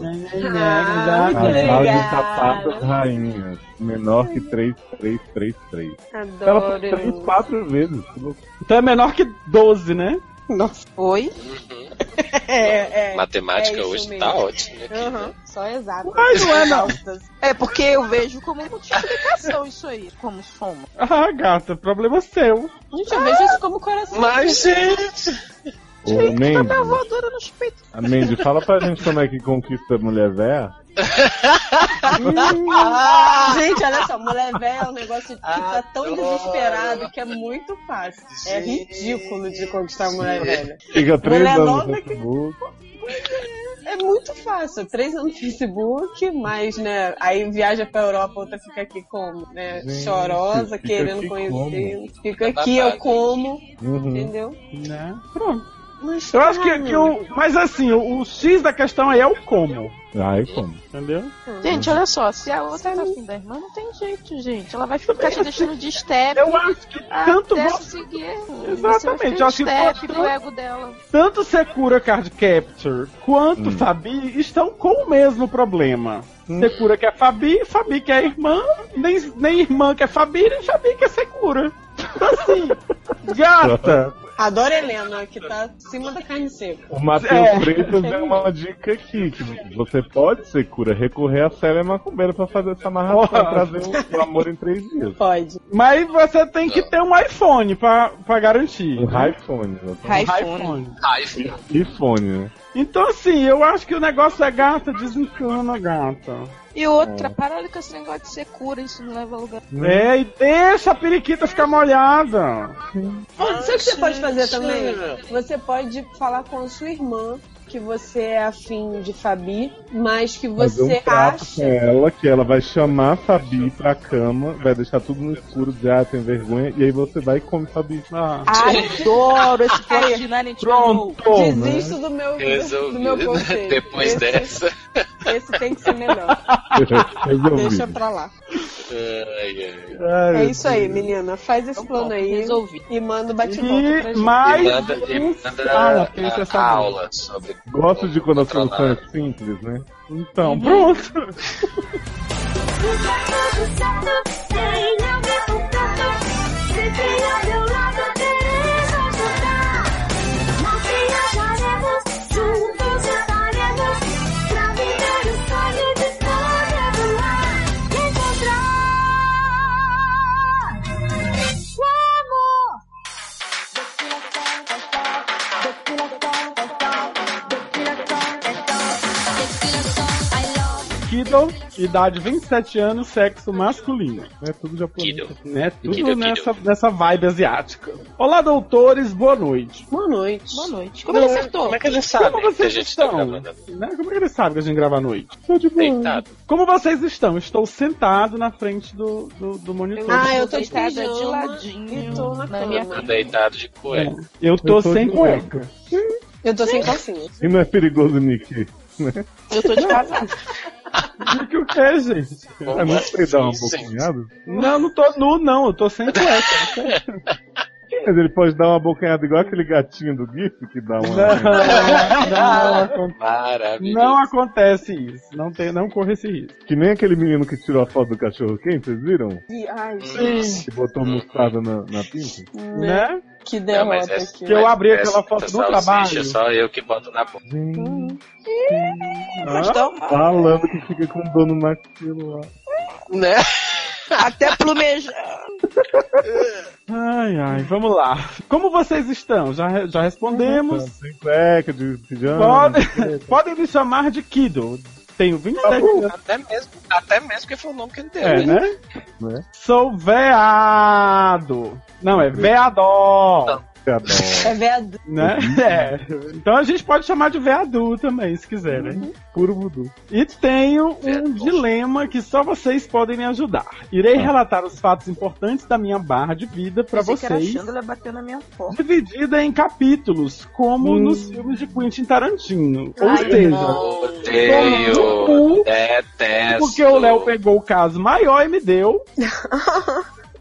Casal de sapatos rainhas. Menor que 3333. Ela foi três, Adoro. quatro vezes. que loucura. Então é menor que 12, né? Nossa. Oi? Uhum. [laughs] É, é. matemática é isso hoje mesmo. tá ótima aqui, né? Aham, Só exato. Mas não é, não. É porque eu vejo como um multiplicação isso aí, como soma. Ah, gata, problema seu. Gente, eu vejo isso como coração. Mas, gente. tá Ô, Mandy, Voadora nos peitos. a Mandy, fala pra gente como é que conquista a mulher véia. Ah! Ah, Gente, olha só, mulher velha é um negócio que tá tão Adoro. desesperado que é muito fácil. É ridículo de conquistar a mulher velha. Fica três Mulher anos no nova que- Facebook. É muito fácil. Três anos no Facebook, mas, né, aí viaja pra Europa, outra fica aqui como, né, Gente, chorosa, fica querendo aqui conhecer. Fica aqui, babado, eu como, Uhum. entendeu? Né? Pronto. Mas, Eu acho que, cara, que o. Mas assim, o, o X da questão aí é o como. Ai, como? Entendeu? Gente, olha só, se a outra tá afim da irmã, não tem jeito, gente. Ela vai ficar te deixando de estéreo. Eu acho que tanto, Até vo- conseguir. um Exatamente, eu acho que Você vai pode- ficar de o ego dela. tanto Secura Card Capture quanto Hum. Fabi estão com o mesmo problema. Secura quer Fabi, Fabi quer irmã, nem, nem irmã quer Fabi, nem Fabi quer Secura. Então, Assim, Ah, [laughs] gata, Adoro a Helena, que tá acima da carne seca. O Matheus É. Freitas deu uma dica aqui, que você pode, ser cura, recorrer à Célia Macumbeira pra fazer essa amarração Porra. e trazer o, o amor em três dias. Pode. mas você tem que ter um iPhone pra, pra garantir. Uhum. Um iPhone, né? Um iPhone. iPhone. Ai, filho. E fone, né? Então, assim, eu acho que o negócio é gata, desencana, gata. E outra, Hum. para com esse negócio de ser cura, isso não leva a lugar. Né? É, e deixa a periquita ficar molhada. Sabe o que você pode fazer também? Você pode falar com a sua irmã que você é afim de Fabi, mas que Fazer você um trato acha. com ela, que ela vai chamar a Fabi pra cama, vai deixar tudo no escuro, dizer, ah, tem vergonha, e aí você vai e come Fabi. Ah, Adoro [laughs] esse Aí, cara. pronto. pronto! né? Desisto do meu, do meu Resolvido. conselho. Depois esse, dessa. Esse tem que ser melhor. Deixa [laughs] Resolvido. pra lá. Ai, ai. Ai, É isso aí, menina. Faz esse plano aí Resolvi. e manda o E bate-volta pra gente. E mais- Ai, manda, e manda Ah, não, a, porque isso é a, saber. aula sobre. Gosto de quando a solução é controlar. simples, né? Então, pronto. Kido, idade 27 anos, sexo masculino. É tudo japonês. Kido. Né? Tudo Kido, kido. nessa, nessa vibe asiática. Olá, doutores, boa noite. Boa noite. Boa noite. Como ele acertou? Como é que eles sabem Como que a vocês gente tá estão? gravando Né? Como é que eles sabem que a gente grava à noite? Tô de boa. deitado? Como vocês estão? Estou sentado na frente do, do, do monitor. Ah, eu tô de deitada pijama de ladinho e tô na na minha cama. cama. tá Deitado de É, cueca. eu tô, Eu tô sem de cueca. Eu tô sem calcinha. E não é perigoso, Nick? Eu tô de [laughs] casaco. O que o que é, gente? É muito peidar uma Sim, sim. bocanhada? Não, não tô nu, não. Eu tô sem [laughs] cueca. Mas ele pode dar uma bocanhada igual aquele gatinho do GIF que dá uma. Não, não, acon- Maravilhoso. É. não acontece isso. Não, tem, não corre esse risco. Que nem aquele menino que tirou a foto do cachorro quente, vocês viram? E- Ai, Que botou mostarda na, na pinta? né? Né? Que Não, derrota mas essa- aqui. Que eu mas abri aquela essa foto do salsicha trabalho. é Só eu que boto na boca. Hã? Então, Falando que fica com dono naquilo lá. Né? até plumejar. Ai, ai, vamos lá. Como vocês estão? Já, re- já respondemos. Sem cueca, É, de pijama. Podem, [laughs] podem me chamar de Kido. Tenho Tá 27 anos. Até mesmo, até mesmo que foi o nome que ele deu. É, né? né? Né? Sou veado. Não, é veador. Tá bom. É verdade. Né? Uhum. [laughs] É. Então a gente pode chamar de veadu também, se quiser, Uhum. né? Puro voodoo. E tenho um Veador. dilema que só vocês podem me ajudar. Irei relatar os fatos importantes da minha barra de vida pra Ah. Pensei que era vocês. Chandler bateu na minha porta. Dividida em capítulos, Hum. como nos filmes de Quentin Tarantino. Ou Ai, seja, não. Tomou no Odeio. cu. Detesto. Porque o Léo pegou o caso maior e me [laughs] deu.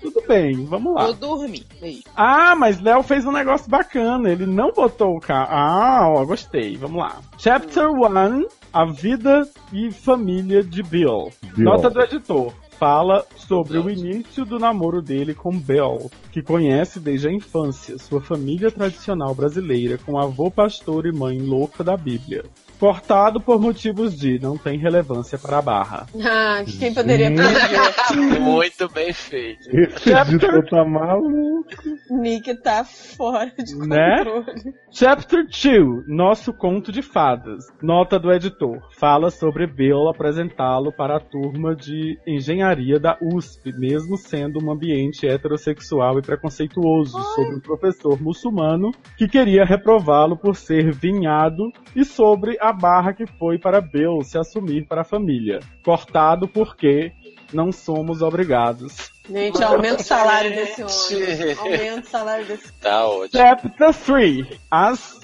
Tudo bem, vamos lá. Vou dormir. Ei, [laughs] Ah, mas Léo fez um negócio bacana. Ele não botou o caso. Ah, ó, gostei. Vamos lá. Chapter 1: A Vida e Família de Bill. Bill. Nota do editor. Fala sobre o início do namoro dele com Bill, que conhece desde a infância sua família tradicional brasileira com avô pastor e mãe louca da Bíblia. Cortado por motivos de não tem relevância para a barra. Ah, quem poderia prever? Ah, Muito bem feito. Esse é editor tá maluco. Nick tá fora de Né? controle. Chapter 2 Nosso Conto de Fadas. Nota do editor. Fala sobre Bill apresentá-lo para a turma de engenharia da USP, mesmo sendo um ambiente heterossexual e preconceituoso, sobre um professor muçulmano que queria reprová-lo por ser vinhado e sobre a barra que foi para Bill se assumir para a família. Cortado porque não somos obrigados. Gente, aumenta o salário desse homem. Aumenta o salário desse Tá ótimo. Chapter 3 As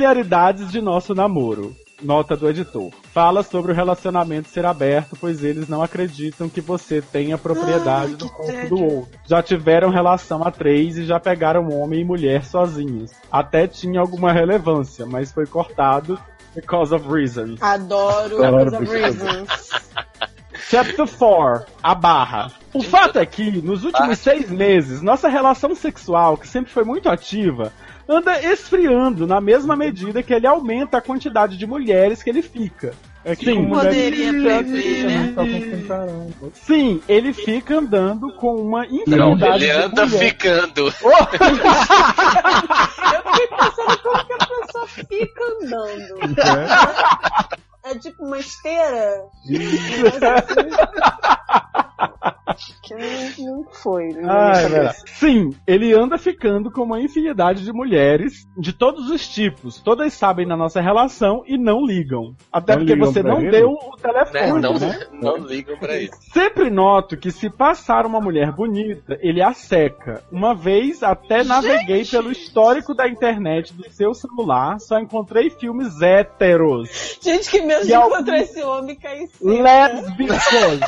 peculiaridades de nosso namoro. Nota do editor. Fala sobre o relacionamento ser aberto, pois eles não acreditam que você tenha propriedade do corpo do outro. Já tiveram relação a três e já pegaram homem e mulher sozinhos. Até tinha alguma relevância, mas foi cortado because of reasons. Adoro Salário Because of desse homem. Reasons. Chapter 4 A Barra. O fato é que, nos Ah. últimos seis meses, nossa relação sexual, que sempre foi muito ativa, anda esfriando na mesma medida que ele aumenta a quantidade de mulheres que ele fica. É que Sim, poderia prever, né? Sim, ele fica andando com uma Não, infinidade ele anda de mulheres. ficando. A pessoa fica andando. É tipo uma esteira. gente. Não, não foi. Não Ah, é verdade. Sim, ele anda ficando com uma infinidade de mulheres de todos os tipos. Todas sabem da nossa relação e não ligam. Até Não porque ligam você pra não ele? deu o Né? É, telefone. Não, né? não ligam pra isso. Sempre noto que se passar uma mulher bonita, ele a seca. Uma vez até naveguei pelo histórico da internet do seu celular, só encontrei filmes héteros, Gente, que medo de E algum- encontrar esse homem é cair em cima. lésbicos.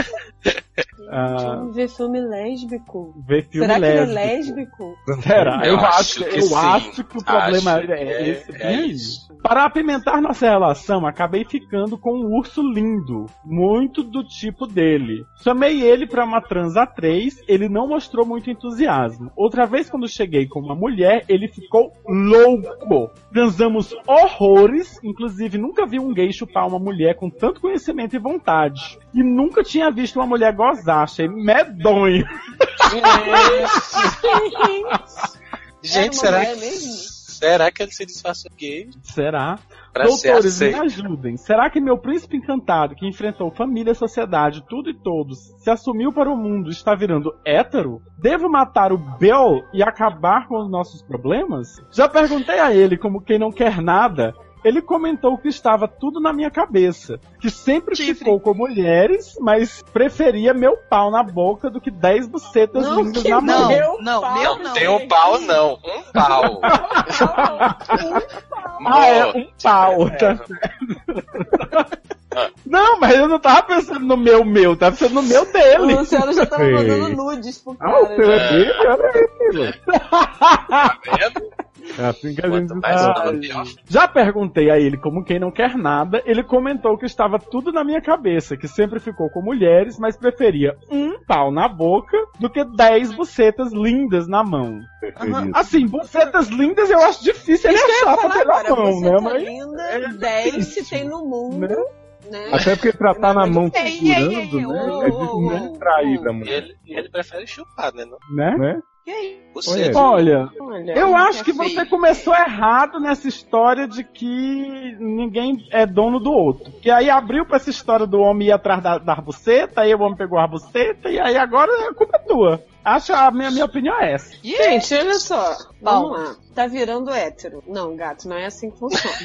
Ah, Gente, Ver um filme lésbico. ver filme Será que ele é lésbico. lésbico? Será? Eu Eu, acho acho, que eu sim. acho que o problema Acho é, que é- esse. é E aí? isso. Para apimentar nossa relação, acabei ficando com um urso lindo, muito do tipo dele. Chamei ele para uma transa 3, ele não mostrou muito entusiasmo. Outra vez quando cheguei com uma mulher, ele ficou louco. Transamos horrores, inclusive nunca vi um gay chupar uma mulher com tanto conhecimento e vontade. E nunca tinha visto uma mulher gozar, achei medonho. [laughs] Gente, uma será mulher que, mesmo? será que ele se disfarçou gay Será? pra Doutores, ser me aceito? ajudem. Será que meu príncipe encantado, que enfrentou família, sociedade, tudo e todos, se assumiu para o mundo e está virando hétero? Devo matar o Bel e acabar com os nossos problemas? Já perguntei a ele como quem não quer nada. Ele comentou que estava tudo na minha cabeça. Que sempre Tipo. Chifre. ficou com mulheres, mas preferia meu pau na boca do que 10 bucetas Não, lindas que na mão. Não, meu Não, não, pau. meu Não, não. tem um pau, não. Um pau. Ah, é, um pau, tá [laughs] Não, mas eu não tava pensando no meu meu, tava pensando no meu O dele. Luciano já tava Sim. mandando nudes pro Ah, o seu cara. é dele, olha aí, filho. Tá vendo? É assim que a gente Quanto mais Ah, fala, pior. Já perguntei a ele como quem não quer nada, ele comentou que estava tudo na minha cabeça, que sempre ficou com mulheres, mas preferia um pau na boca do que dez bucetas lindas na mão. prefere isso. Assim, bucetas lindas eu acho difícil ele achar pra ter na mão, você né? tá Mas... linda, é 10 se tem no mundo, né? Até porque tratar na mão Ei, ei, ei, segurando, ei, né? é ô, ô, difícil ô, de trair ô. da E mulher. ele, ele prefere chupar, né? Não? Né? é Né? Você, Olha. Olha, Olha, Eu acho é que feio. você começou errado nessa história de que ninguém é dono do outro. Que aí abriu pra essa história do homem ir atrás da, da arbuceta, aí o homem pegou a arbuceta, e aí agora a culpa é tua. Acho a minha, minha opinião é essa. Gente, olha só. Vamos Bom. lá. Tá virando hétero. Não, gato, não é assim que funciona.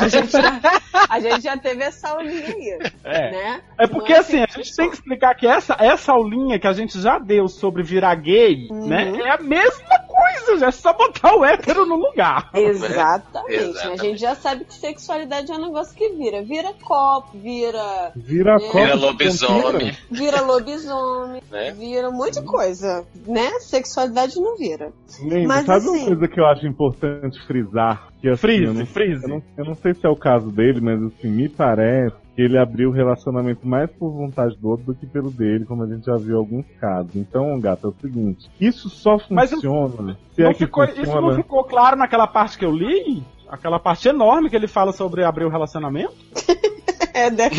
A gente já, a gente já teve essa aulinha aí, É. né? [laughs] É porque Não é assim, a que gente tem que explicar que essa, essa aulinha que a gente já deu sobre virar gay, Uhum. né? É a mesma coisa, já é só botar o hétero no lugar. Exatamente. Exatamente. A gente já sabe que sexualidade é um negócio que vira. Vira copo, vira, Vira a Vira copa. Vira é lobisomem. vira lobisomem, Né? vira um monte de coisa, né? Sexualidade não vira. Gente, Mas, sabe uma assim- coisa que eu acho importante frisar? Que, assim, eu Freeze, não freeze. Eu não, eu não sei se é o caso dele, mas assim, me parece que ele abriu o relacionamento mais por vontade do outro do que pelo dele, como a gente já viu em alguns casos. Então, gato, é o seguinte, isso só Mas eu- funciona se Não é que ficou- isso não funciona. ficou claro naquela parte que eu li? Aquela parte enorme que ele fala sobre abrir o relacionamento? É, deve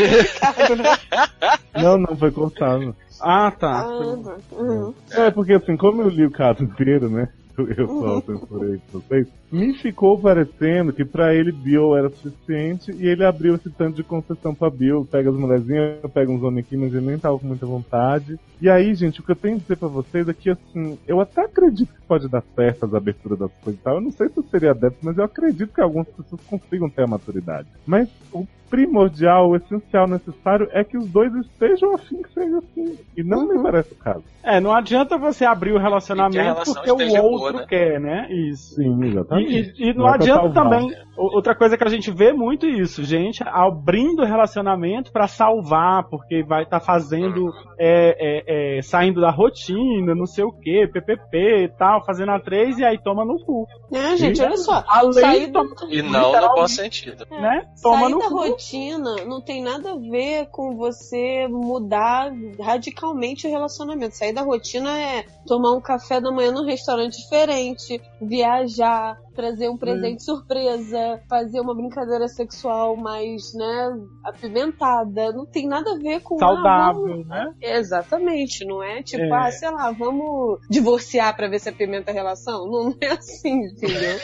Não, não, foi cortado. Ah, [laughs] tá. Uhum. É, porque assim, como eu li o caso inteiro, né? [laughs] Eu- Eu só censurei pra vocês. Me ficou parecendo que pra ele Bill era suficiente e ele abriu esse tanto de concessão pra Bill. Pega as mulherzinhas, pega uns homens aqui, mas ele nem tava com muita vontade. E aí, gente, o que eu tenho a dizer pra vocês é que, assim, eu até acredito que pode dar certo as aberturas das coisas e tal. Eu não sei se eu seria adepto, mas eu acredito que algumas pessoas consigam ter a maturidade. Mas o primordial, o essencial, necessário é que os dois estejam afim que seja assim. E não me parece o caso. É, não adianta você abrir o E que a relacionamento relação porque o esteja boa, outro né? quer, né? Isso. Sim, E, exatamente. e- e não Não é pra adianta salvar. também. o- Outra coisa que a gente vê muito é isso, gente, abrindo o relacionamento pra salvar, porque vai estar fazendo. Uhum. é, é, é, saindo da rotina, não sei o que, PPP e tal, fazendo a três e aí toma no cu. É, gente, olha só. Além Sair do- do- E não no bom sentido. né? Toma É. Sair no da cu. rotina não tem nada a ver com você mudar radicalmente o relacionamento. Sair da rotina é tomar um café da manhã num restaurante diferente, viajar, trazer um Hum. presente surpresa, fazer uma brincadeira sexual mais, né, apimentada. Não tem nada a ver com ah, vamos- Saudável, né? Exatamente, não é tipo, É. ah, sei lá, vamos divorciar pra ver se apimenta a relação. Não é assim, entendeu?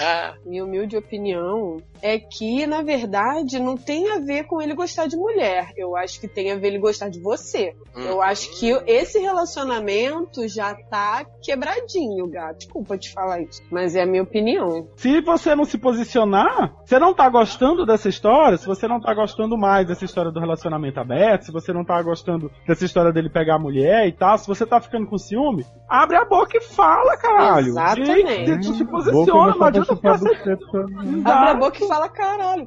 Ah, Minha humilde opinião é que, na verdade, não tem a ver com ele gostar de mulher. Eu acho que tem a ver ele gostar de você. hum. Uhum. Eu acho que esse relacionamento já tá quebradinho, gato. Desculpa te falar isso, mas é a minha opinião. Se você não se posicionar, você não tá gostando dessa história, se você não tá gostando mais dessa história do relacionamento aberto, se você não tá gostando dessa história dele pegar a mulher e tal, se você tá ficando com ciúme, abre a boca e fala, caralho. Exatamente. Diz- diz- se Vou posiciona, não começar a adianta praticar ficar sem você também. Abre a boca e fala, caralho, caralho.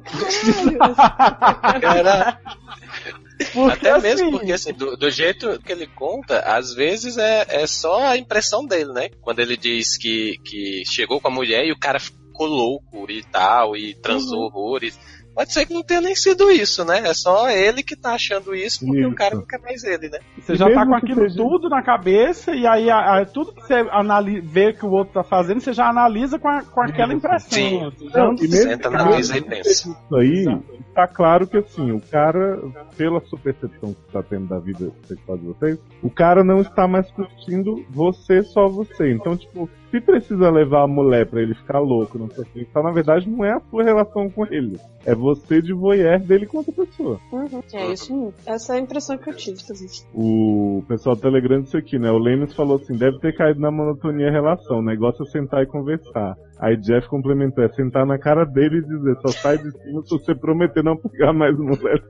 Cara, porque, até mesmo assim, porque, assim, do, do jeito que ele conta, às vezes é, é só a impressão dele, né? Quando ele diz que, que chegou com a mulher e o cara ficou louco e tal, e transou horrores. Pode ser que não tenha nem sido isso, né? É só ele que tá achando isso porque Isso. o cara não quer mais ele, né? Você já tá Mesmo com que aquilo seja- tudo na cabeça e aí a- a- tudo que você analisa, vê que o outro tá fazendo, você já analisa com, a- com aquela impressão. Então, Sim. Você já Não, e mesmo Senta que na não mesa e pensa. Isso aí, tá claro que assim, o cara, pela sua percepção que tá tendo da vida sexual de vocês, o cara não está mais curtindo você, só você. Então, tipo, se precisa levar a mulher pra ele ficar louco, não sei o que, então, na verdade não é a sua relação com ele. É você de voyeur dele com outra pessoa. Uhum, É isso mesmo. Essa é a impressão que eu tive, tá vendo? O pessoal do Telegram disse aqui, né? O Lemes falou assim: deve ter caído na monotonia a relação, o negócio é sentar e conversar. Aí Jeff complementou: é sentar na cara dele e dizer, só sai de cima se você prometer não pegar mais mulher.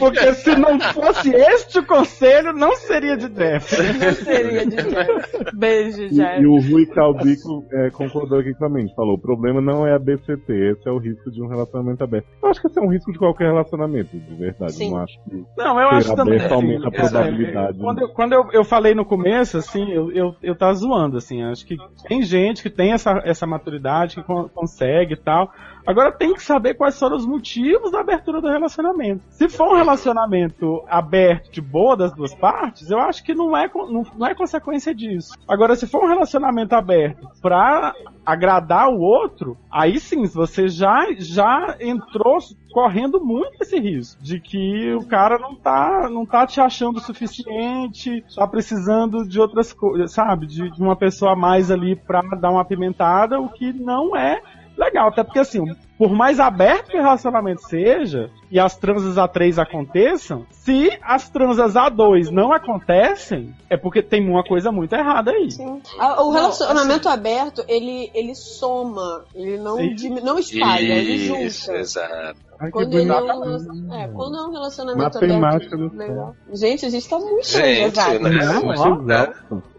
Porque se não fosse este o conselho, não seria de Jeff. Seria de Jeff. Beijo, E, Jeff. e o Rui Calbico é, concordou aqui com a mente. Falou, o problema não é a DCT, esse é o risco de um relacionamento aberto. Eu acho que esse é um risco de qualquer relacionamento, de verdade. Sim. Não acho que Não, eu ser acho também. aberto aumenta a assim, probabilidade. né? Quando, eu, quando eu, eu falei no começo, assim, eu, eu, eu tava zoando, assim, acho que tem gente que tem essa, essa maturidade, que con- consegue e tal. Agora tem que saber quais foram os motivos da abertura do relacionamento. Se for um relacionamento aberto de boa das duas partes, eu acho que não é, con- não, não é consequência disso. Agora, se for um relacionamento aberto pra agradar o outro, aí sim, você já, já entrou correndo muito esse risco de que o cara não tá, não tá te achando o suficiente, tá precisando de outras coisas, sabe? De, de uma pessoa a mais ali pra dar uma apimentada, o que não é legal. Até porque, assim, por mais aberto que o relacionamento seja, e as transas a três aconteçam, se as transas a dois não acontecem, é porque tem uma coisa muito errada aí. Sim. Ah, O Não, relacionamento aberto, ele, ele soma, ele não, Sim. dimi- não espalha, ele Isso, junta. exato. Ai, que Quando, ele é bonito. um, é, quando é um relacionamento Matemática aberto. do Legal. Gente, a gente tá muito Gente, exato. né? Não, né?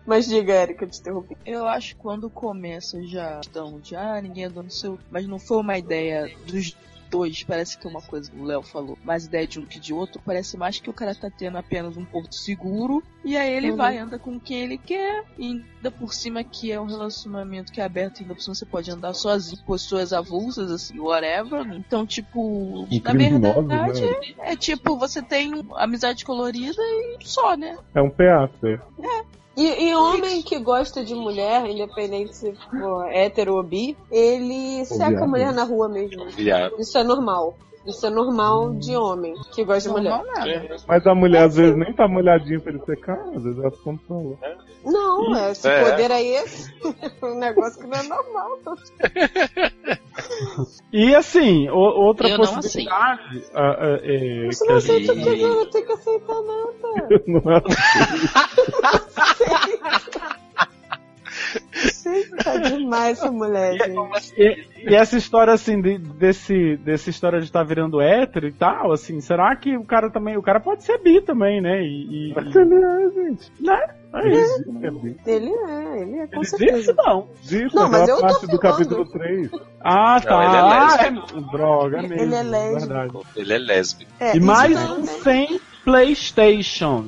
Mas diga, Erika, eu te interrompi. Eu acho que quando começa já estão de ah, ninguém é dono do seu. Mas não foi uma ideia dos dois, parece que é uma coisa que o Léo falou, mais ideia de um que de outro, parece mais que o cara tá tendo apenas um porto seguro, e aí ele Uhum. vai, anda com quem ele quer, e ainda por cima que é um relacionamento que é aberto, ainda por cima você pode andar sozinho, com as suas avulsas, assim, whatever. Então, tipo, na Incriminoso, verdade, né? é tipo, você tem amizade colorida e só, né? É um PAC. E, e homem que gosta de mulher, independente se for hétero ou bi, ele seca a viado. mulher na rua mesmo. Viado. Isso é normal. Isso é normal de homem que gosta de é mulher. né? Normal nada. Mas a mulher às vezes nem tá molhadinha pra ele secar, às vezes ela se controla. Não, é, esse É. poder aí é esse. [laughs] um negócio que não é normal. E assim, o- outra Eu não possibilidade. ah, ah, é, Você não que a gente- aceita o que não tem que aceitar, [laughs] não. Não é Gente, tá demais essa mulher, é gente. e, e essa história assim de- desse dessa história de estar virando hétero e tal, assim, será que o cara também, o cara pode ser bi também, né? E, e- Mas ele é, [laughs] gente. é isso. Ele é, ele é, com Ele certeza. disse não. Disso, Não, mas aquela eu tô parte do falando. capítulo 3. Ah, tá. ele é Ah, é- droga, é mesmo. Ele é lésbico. verdade. Ele é lésbico. É, E isso mais um também. sem PlayStation.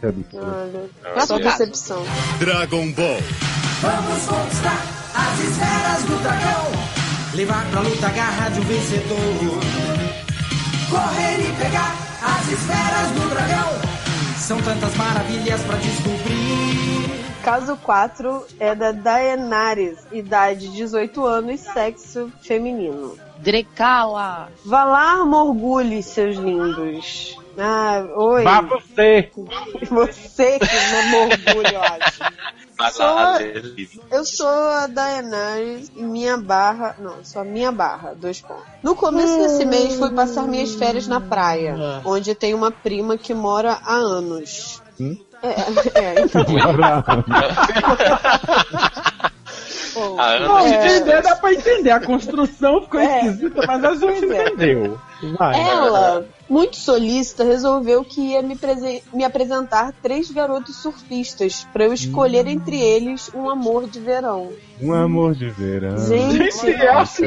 Que É absurdo. Olha, Nossa, nossa viado. decepção. Dragon Ball. Vamos conquistar as esferas do dragão. Levar pra luta a garra de um vencedor. Correr e pegar as esferas do dragão. São tantas maravilhas pra descobrir. Caso 4 é da Daenerys, idade 18 anos, sexo feminino. Drecala! Vá lá, morgulhe, seus lindos. Ah, oi. Vá você! [laughs] Você que não morgulha, eu acho. Mas Só- a Adele livre. Eu sou a Daenerys e minha barra. Não, sou a minha barra, dois pontos. No começo desse mês fui passar minhas férias na praia, É. onde tem uma prima que mora há anos. Hum? É, é, então, pô, A Não, Ana. entender dá pra entender. A construção ficou É. esquisita, mas a gente Pois é. entendeu. Vai. Ela, muito solícita, resolveu que ia me, prese- me apresentar três garotos surfistas pra eu escolher entre eles um amor de verão. [laughs] Um amor de verão. Gente, é assim.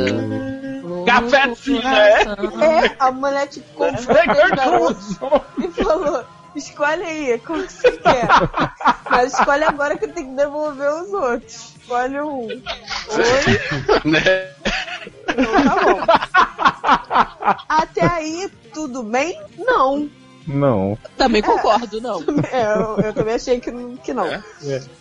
Café de cima, É, a mulher te comprou três garotos e falou: escolhe aí, como que você quer. Mas escolhe agora que eu tenho que devolver os outros. Escolhe um. [laughs] Oi? Né? Então tá bom. Até aí, tudo bem? Não. Não. Também [laughs] concordo, não. É, eu, eu também achei que, que não.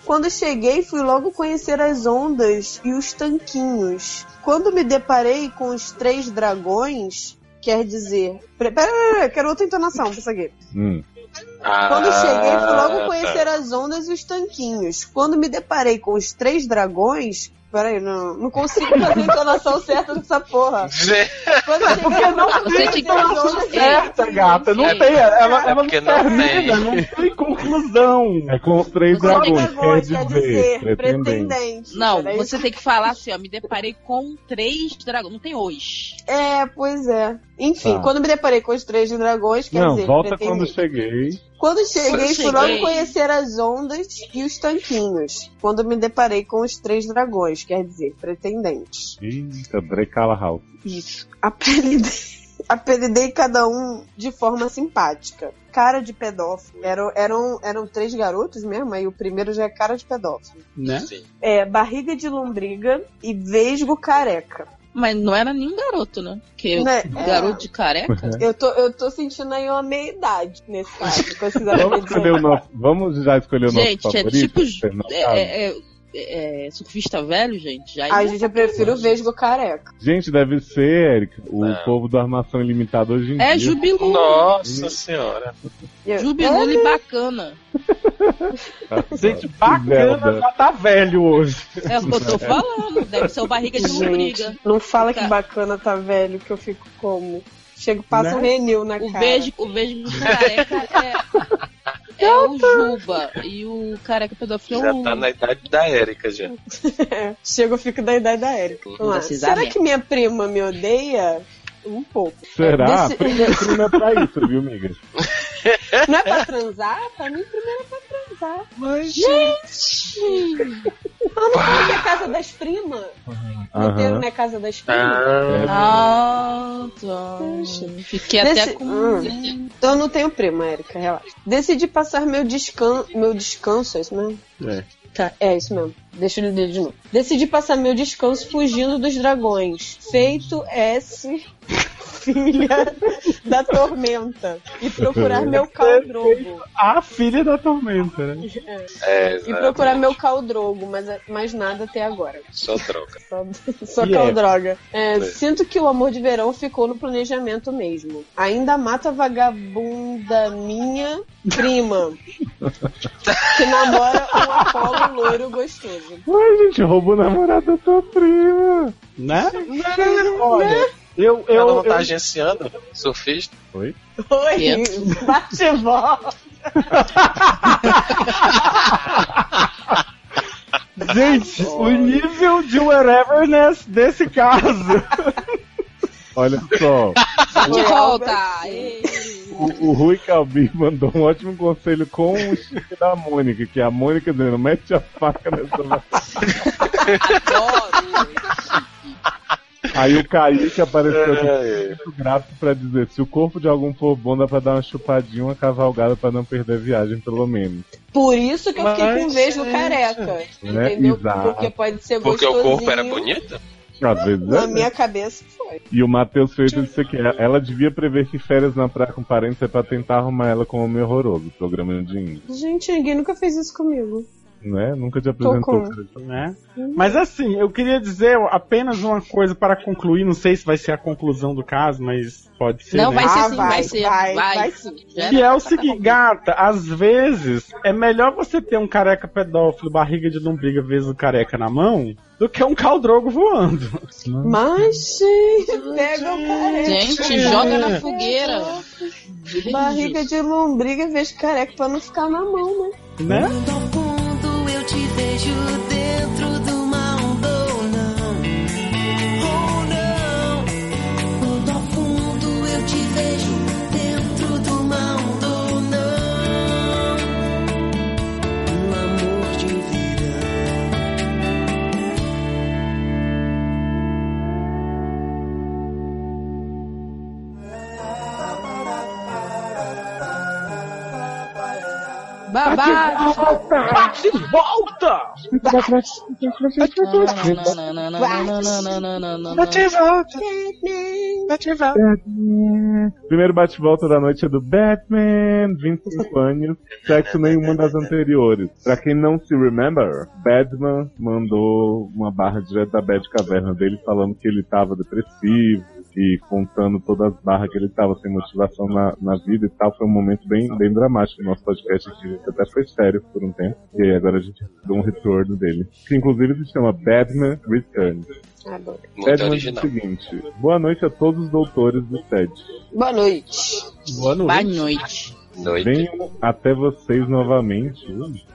Quando cheguei, fui logo conhecer as ondas e os tanquinhos. Quando me deparei com os três dragões, quer dizer. Pera, pera, pera, quero outra entonação, isso aqui. Hum. Quando cheguei, fui logo conhecer conhecer as ondas e os tanquinhos. Quando me deparei com os três dragões. Peraí, não, não consigo fazer a entonação [laughs] certa dessa porra. Quando cheguei, não Você tinha que falar tudo Certa, gata. Não Ei. tem. Ela, ela não porque não termina, tem. não tem conclusão. É com os três Os três dragões, dragões, quer dizer, pretendente. pretendente. Não, Peraí. você tem que falar assim, ó. Me deparei com três dragões. Não tem hoje. É, pois é. Enfim, Tá. quando me deparei com os três dragões, quer Não, dizer, volta pretendente. quando cheguei. Quando cheguei, fui logo Cheguei. conhecer as ondas e os tanquinhos. Quando me deparei com os três dragões, quer dizer, pretendentes. Eita, Drecala House. Isso. Apelidei, [laughs] apelidei cada um de forma simpática. Cara de pedófilo. Eram, eram, eram três garotos mesmo, aí o primeiro já é cara de pedófilo. Né? É, barriga de lombriga e vesgo careca. Mas não era nenhum garoto, né? Porque Né? garoto de careca. Eu tô, eu tô sentindo aí uma meia-idade [laughs] nesse caso. com esses Vamos escolher o apelidos. nosso. Vamos já escolher o nosso gente, favorito. é Você não tipo. é- sabe. é- é- é- é surfista velho, gente. Já é Ai, gente, eu prefiro o vesgo careca. Gente, deve ser, Erika, o Não. povo do Armação Ilimitada hoje em é dia. Jubilu. Nossa senhora. Eu- Jubilu e bacana. tá Gente, bacana Zelda. já tá velho hoje. É o [laughs] que eu tô falando. Deve ser o barriga de lombriga. É, Gente, não fala que Tá. bacana tá velho, que eu fico como. Chego, passa Né? um renil na O cara. assim. beijo, o beijo do careca é, é o Juba. E o careca pedófilo é Já o. tá na idade da Érica já. É, [laughs] chego, eu fico da idade da Erika. Vamos lá. Precisar Será mesmo. que minha prima me odeia? Um pouco. Será? Desse- Prima, [laughs] prima é pra isso, viu, [laughs] amiga? Não é pra transar? Pra mim, primeiro é pra transar. Mas Ah, não falou que é casa das primas? Meteram Aham. na casa das primas? Ah, Ah, tá. Fiquei Desse- até com. Hum. Eu não tenho prima, Erika, relaxa. Decidi passar meu, descan... meu descanso, é isso mesmo? É. Tá, é isso mesmo. Deixa eu ler de novo. Decidi passar meu descanso fugindo dos dragões. Feito S, [laughs] filha da tormenta. E procurar meu caldrogo. a filha da tormenta, né? é, E exato. procurar meu caldrogo, mas é, mais nada até agora. Só troca. Só, só E é. caldroga. É, É. Sinto que o amor de verão ficou no planejamento mesmo. Ainda mata a vagabunda minha prima. que namora um Apolo loiro gostoso. Ai, gente, roubou o namorado da tua prima. Né? Olha, eu, eu, Ela não tá eu- agenciando? Surfista? Oi, Quê? bate e volta. Gente, o nível de whateverness desse caso. Olha só, Ah, Hum. De volta! o, o Rui Calbi [laughs] mandou um ótimo conselho com o Chico da Mônica, que é a Mônica dizendo, mete a faca nessa va-". Adoro! Aí o Kaique apareceu aqui É, é. muito gráfico pra dizer, se o corpo de algum for bom, dá pra dar uma chupadinha, uma cavalgada pra não perder a viagem, pelo menos. Por isso que eu fiquei Mas, com um beijo gente. é careca. Né? Entendeu? Exato. Porque pode ser Porque gostosinho. o corpo era bonito? Às vezes Na é. minha cabeça foi. E o Matheus Freitas disse aqui, ela devia prever que férias na praia com parentes é pra tentar arrumar ela com o homem horroroso, programa de índio, Gente, ninguém nunca fez isso comigo. né? Nunca te apresentou. com. cara. né? Mas assim, eu queria dizer apenas uma coisa para concluir. Não sei se vai ser a conclusão do caso, mas pode ser. Não, né? vai ser Ah, sim, vai, vai, ser. Vai, vai, vai vai sim. Que é o seguinte, gata, às vezes é melhor você ter um careca pedófilo, barriga de lombriga vezes o careca na mão, do que um caldrogo voando. Mas, gente, pega o careca. Gente, joga na fogueira. Barriga de lombriga vez careca pra não ficar na mão, né? Né? Quando ao fundo eu te vejo dentro de uma onda ou não, ou não. Quando ao fundo eu te vejo dentro de uma onda ou não, um amor de vida. Babá! Bate e volta! e volta! Bate e volta! Primeiro bate-volta da noite é do Batman, 25 anos, sexo nenhuma das anteriores. Pra quem não se remember, Batman mandou uma barra direto da Bad Caverna dele falando que ele tava depressivo e contando todas as barras que ele tava sem motivação na, na vida e tal. Foi um momento bem, bem dramático. Nosso podcast aqui a gente até foi sério por um tempo. E aí agora a gente deu um retorno dele. Que inclusive se chama Batman Returns. Adoro. Muito Batman diz o original. seguinte. Boa noite a todos os doutores do TED. Boa noite. Boa Boa noite. noite. Noite. Venho até vocês novamente,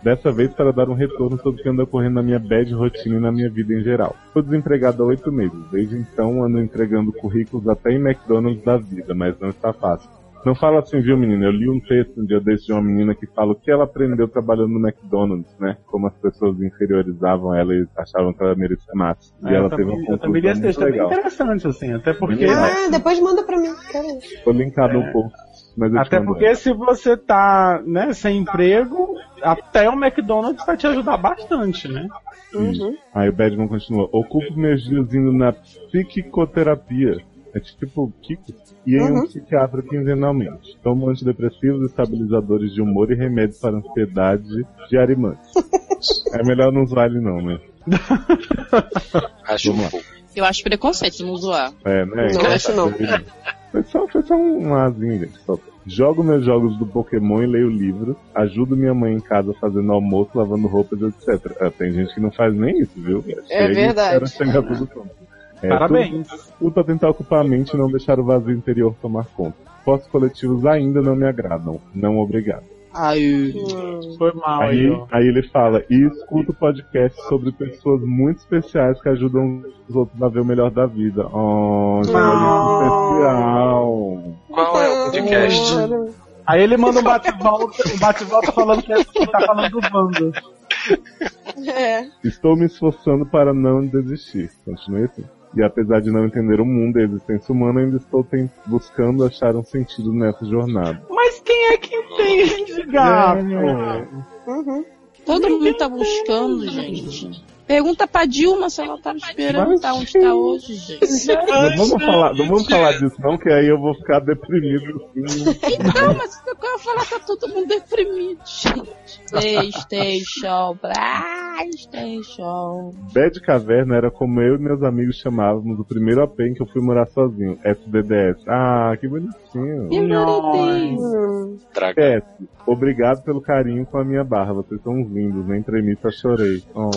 dessa vez para dar um retorno sobre o que anda ocorrendo na minha bad rotina e na minha vida em geral. Sou desempregado há oito meses, desde então ando entregando currículos até em McDonald's da vida, mas não está fácil. Não fala assim, viu, menina? Eu li um texto um dia desse de uma menina que fala o que ela aprendeu trabalhando no McDonald's, né? Como as pessoas inferiorizavam ela e achavam que ela merecia mais. E É, ela eu teve também, uma eu também li esse conclusão muito texto, tá bem legal. interessante, assim, até porque. Legal. Ah, depois manda pra mim. Quero. Vou linkar no É. post, mas eu te Até mando porque se você tá, né, sem emprego, até o McDonald's vai te ajudar bastante, né? Uhum. Aí o Badman continua: Ocupo meus dias indo na psicoterapia. É tipo Kiko. E em um Uhum. psiquiatra quinzenalmente. Tomo antidepressivos, estabilizadores de humor e remédios para ansiedade [laughs] diariamente. é melhor não usar ele não, né? Acho Vamos lá. pouco. Eu acho preconceito não zoar. É, né? Não acho não. Foi só, foi só um asinho, gente. Só. Jogo meus jogos do Pokémon e leio livros. Ajudo minha mãe em casa fazendo almoço, lavando roupas, etc. Ah, tem gente que não faz nem isso, viu? Chega e É verdade. espera chegar tudo pronto. É, Parabéns. Tudo pra tentar ocupar a mente e não deixar o vazio interior tomar conta. Postos coletivos ainda não me agradam. Não obrigado. Ai. Hum. Foi mal aí, Aí, ó. aí ele fala, e escuta o podcast sobre pessoas muito especiais que ajudam os outros a ver o melhor da vida. Oh, que especial. Então, Qual é o podcast? Adoro. Aí ele manda um bate-volta, um bate-volta falando que é- que tá falando do bando. É. Estou me esforçando para não desistir. Continue assim. E apesar de não entender o mundo e a existência humana, ainda estou ten- buscando achar um sentido nessa jornada. Mas quem é que entende, gato? Uhum. Todo mundo tá buscando, gente. Pergunta pra Dilma se ela tá esperando Mas, tá onde tá hoje, gente. Não vamos falar, não vamos falar disso não, que aí eu vou ficar deprimido. assim. Então, mas eu quero falar tá todo mundo deprimido, gente. Playstation, Playstation. Bad Caverna era como eu e meus amigos chamávamos o primeiro AP em que eu fui morar sozinho, SBDS. Ah, que bonitinho. Que maravilha. Hum. Draga. S, obrigado pelo carinho com a minha barra, vocês são lindos, nem tremi, só chorei. Oh.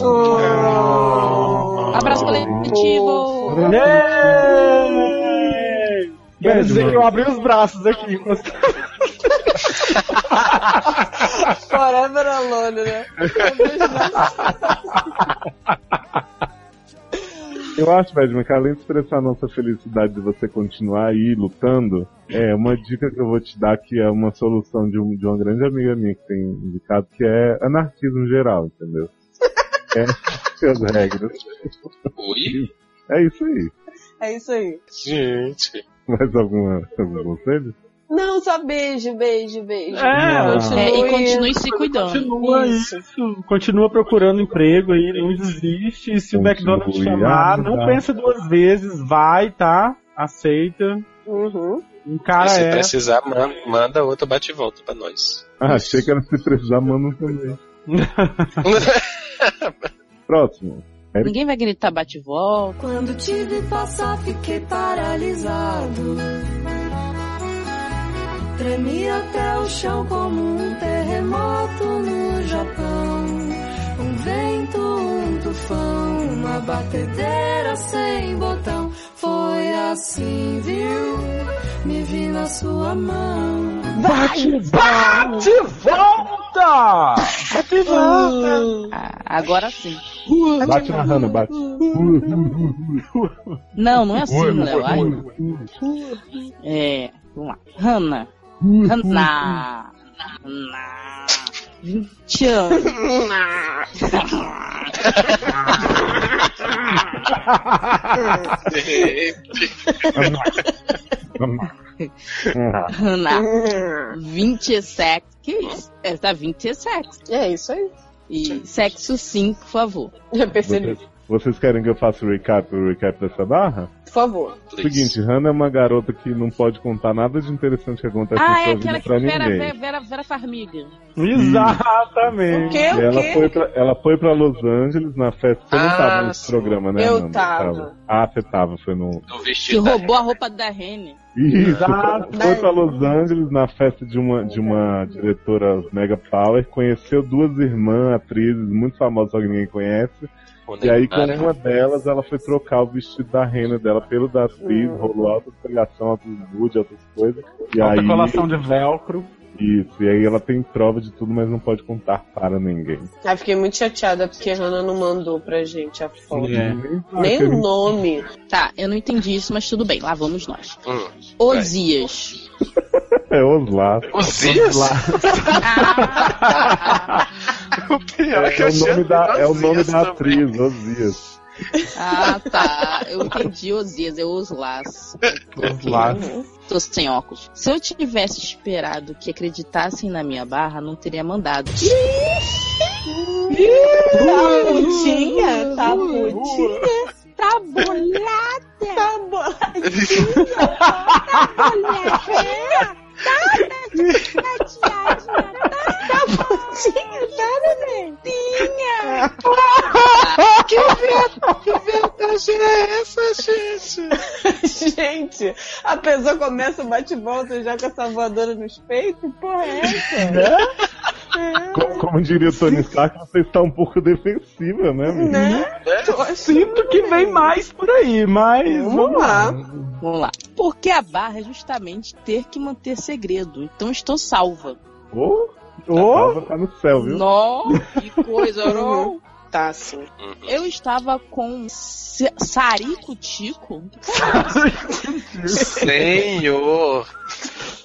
Oh. Abraço coletivo. Ei! Quer Bad, dizer mano. que eu abri os braços aqui. enquanto- Forever alone, né? Eu acho, Badman, que além de expressar a nossa felicidade de você continuar aí lutando, é uma dica que eu vou te dar que é uma solução de, um- de uma grande amiga minha que tem indicado, que é anarquismo geral, entendeu? É [laughs] suas regras. Oi? É isso aí. É isso aí. Gente. Mais alguma, algum conselho? Não, só beijo, beijo, beijo. Ah. É, Continue. É, e continue se cuidando. Continua isso. Continua procurando emprego aí, não desiste. E se Continue o tá? McDonald's te chamar, a não andar. pensa duas vezes, vai, tá? Aceita. Um é. Uhum. E Encara se essa. precisar, man- manda outra bate e volta pra [laughs] nós. Ah, achei que era se precisar, um mano também. Próximo. Ninguém vai gritar bate-volta. Quando te vi passar, fiquei paralisado. Tremi até o chão como um terremoto no Japão. Um vento, um tufão, uma batedeira sem botão. Foi assim, viu? Me vi na sua mão. Bate, bate, volta! Bate e volta! Ah, agora sim. Uhum. Bate na Hannah, bate. Não, não é assim, Léo. Ai, É, vamos lá. Hanna. Hanna. Hanna. 20 anos. Ah, Uhum. Hanna. 27. Que isso? Essa tá 27. É isso aí. E sexo sim, por favor. Já percebi. Vocês, vocês querem que eu faça o recap, o recap dessa barra? Por favor. Please. Seguinte, Hannah é uma garota que não pode contar nada de interessante que acontece na Ah, é sua aquela vida que pra Vera, ninguém. Vera, Vera, Vera Farmiga. Hum. Exatamente. O quê? E O ela quê? foi, pra, ela foi pra Los Angeles na festa. Você não Ah, tava nesse sim. programa, né? Eu Amanda? tava. Ah, você tava, foi no. Do Que vestido. roubou a roupa da Rene. Isso! Exato. Foi pra Los Angeles na festa de uma, de uma diretora Mega Power, conheceu duas irmãs, atrizes muito famosas, só que ninguém conhece. E aí, com uma delas, ela foi trocar o vestido da rena dela pelo da Hum. atriz, rolou alta esfregação, alto nude, outras coisas. E Alta aí, colação de velcro. isso, e aí ela tem prova de tudo, mas não pode contar para ninguém. Ai, Ah, fiquei muito chateada porque a Hannah não mandou pra gente a foto. [laughs] É. Ah, Nem o nome. Tá, eu não entendi isso, mas tudo bem, lá vamos nós. Hum. Osias. É Oslar. Osias? Ah. O pior É, que eu o nome achei da, é o Osias nome da também. atriz, Osias. [laughs] Ah, tá. Eu entendi Osias, é Oslas. Tô sem óculos. Se eu tivesse esperado que acreditassem na minha barra, não teria mandado. Tá putinha? Tá putinha? Tá bolado! Tá bom. Gente, a pessoa começa bate e volta já com essa voadora nos peitos? Que Porra, é essa? Como, como diria o Tony Stark, você está um pouco defensiva, né, amigo? né? Tô achando- Sinto que vem mais por aí, mas. Vamos lá. Vamos lá. Porque a barra é justamente ter que manter segredo. Então estou salva. Ô, Ô, tá no céu, viu? Nó, que coisa, não. Tá, sim. Uhum. Eu estava com sa- Sarico Tico. Senhor!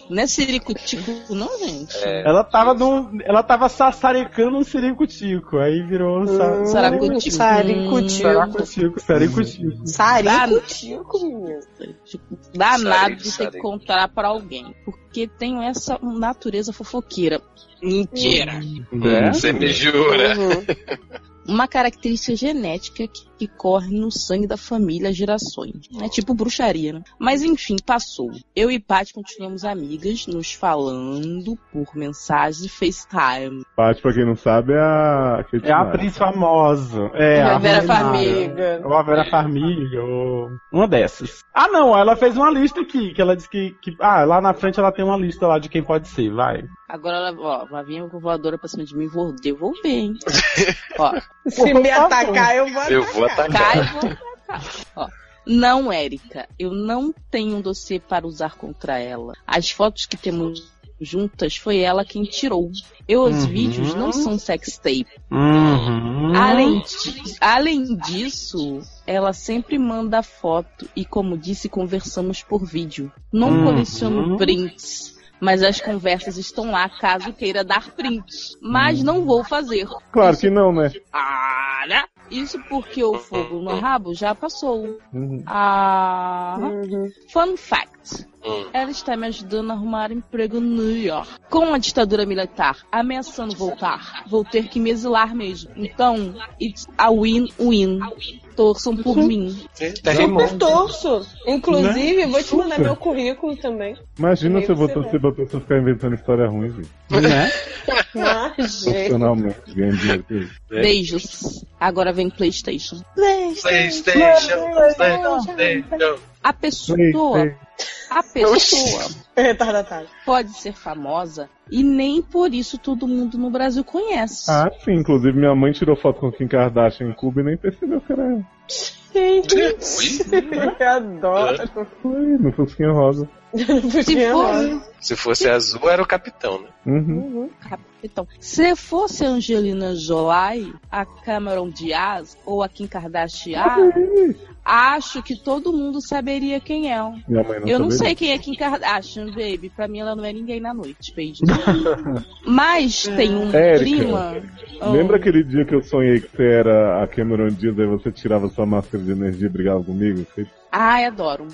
Não é Sirico Tico, não, gente? [laughs] É, ela tava num. Ela tava sassaricando um siricutico. Aí virou um Ah. sa- Saracutico. Saracutico. saricutico, saricutico. Saricutico, menino. Tipo, Hum, danado Sarico, de ter que sarico. contar pra alguém. Porque tenho essa natureza fofoqueira. Mentira. Hum, Hum, É? Você me jura? Uhum. Uma característica genética que, que corre no sangue da família há gerações. É tipo bruxaria, né? Mas enfim, passou. Eu e Paty continuamos amigas, nos falando por mensagem e FaceTime. Paty, pra quem não sabe, é a. Kate É a Mara. atriz famosa. É, A a Vera Rosemary. Farmiga. Ou a Vera Farmiga, ou uma dessas. Ah, não, ela fez uma lista aqui, que ela disse que, que- Ah, lá na frente ela tem uma lista lá de quem pode ser, vai. Agora ela, ó, vai vir com voadora pra cima de mim, vou devolver, hein? ó, Se me atacar, eu vou atacar. Eu vou atacar. cai, vou atacar. [laughs] Ó. Não, Érica, eu não tenho um dossiê para usar contra ela. As fotos que temos juntas foi ela quem tirou. Eu, os Uhum. vídeos não são sextape. Uhum. Além, di- além disso, ela sempre manda foto e, como disse, conversamos por vídeo. Não Uhum. coleciono prints, mas as conversas estão lá caso queira dar prints. Mas não vou fazer. Claro que não, né? Para! Isso porque o fogo no rabo já passou. Uhum. Ah. Uhum. Fun fact. Hum. Ela está me ajudando a arrumar emprego no New York. Com a ditadura militar ameaçando voltar, vou ter que me exilar mesmo. Então, it's a win-win. Torçam por mim. Tá Até rimou. Super torço. Né? Inclusive, vou te mandar meu currículo também. Imagina se eu vou Você vai. torcer pra pessoa ficar inventando história ruim, gente. Né? Ah, gente. Profissionalmente, ganhando dinheiro com isso. É. Beijos. Agora vem PlayStation. PlayStation, PlayStation, PlayStation. A pessoa, a pessoa É Retardatário. pode ser famosa e nem por isso todo mundo no Brasil conhece. Ah, sim. Inclusive, minha mãe tirou foto com Kim Kardashian em Cuba e nem percebeu que era ela. [laughs] Eu adoro. Foi no Fusquinha Rosa. Se for, Se fosse azul, era o capitão, né? Uhum. Então, se fosse a Angelina Jolie, a Cameron Diaz ou a Kim Kardashian, acho que todo mundo saberia quem é. Minha mãe não Eu não saberia. sei quem é Kim Kardashian, baby. Pra mim ela não é ninguém na noite, baby. [laughs] Mas tem um Érica. clima. Ah, Lembra aquele dia que eu sonhei que você era a Cameron Diaz e você tirava sua máscara de energia e brigava comigo? Foi- [laughs] Ai, adoro.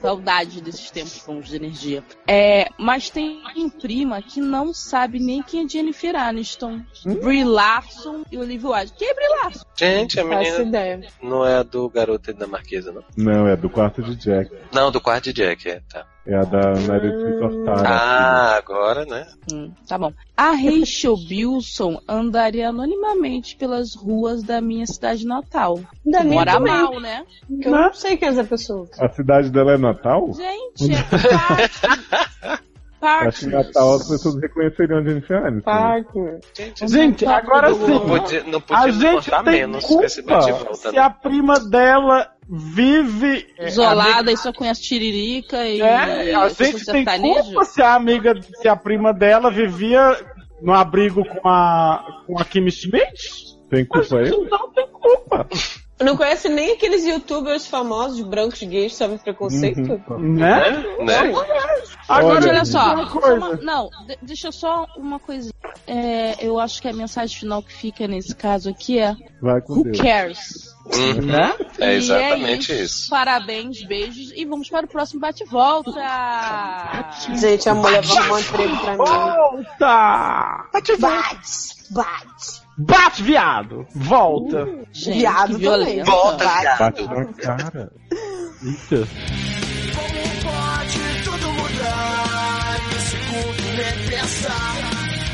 Saudade desses tempos bons de energia. É, mas tem um prima que não sabe nem quem é Jennifer Aniston, Hum? Brie Larson e Olivia Wilde. Quem é Brie Larson? Gente, a Faço menina ideia. não é a do garoto e da marquesa, não. Não, é do quarto de Jack. Não, do quarto de Jack, é, tá. É a da Meredith Tostara. Ah, agora, né? Hum, tá bom. A Rachel Bilson andaria anonimamente pelas ruas da minha cidade natal. Da minha tá também. Mora mal, né? que Eu não sei quem é essa pessoa. A cidade dela é Natal? Gente, é Acho que em Natal é as pessoas reconheceriam a Jennifer Aniston. Partner. Gente, Gente, agora Não não sim. podia, não A podia gente suportar tem menos com culpa esse bate-volta, se né? a prima dela vive é, Isolada e só conhece tiririca e. É, a e gente tem sertanejo. culpa se a amiga, se a prima dela vivia no abrigo com a, com a Kim Schmidt. Tem A culpa gente eu? não tem culpa, Não conhece nem aqueles youtubers famosos, brancos, gays, sabe preconceito? Uhum. né? Né? Agora, Mas Olha, olha só, uma só coisa. uma- não, de- deixa eu só uma coisa. É, eu acho que a mensagem final que fica nesse caso aqui é Vai com Who Deus. cares? Hum, né? é E exatamente isso. Parabéns, beijos e vamos para o próximo bate-volta. Gente, a mulher vai arrumar um emprego pra mim. Volta! Bate, bate. Bate, viado! Volta! Gente, Viado que também. violenta. Volta, viado. Bate na cara. Isso. Pode tudo mudar. Um segundo nem pensar.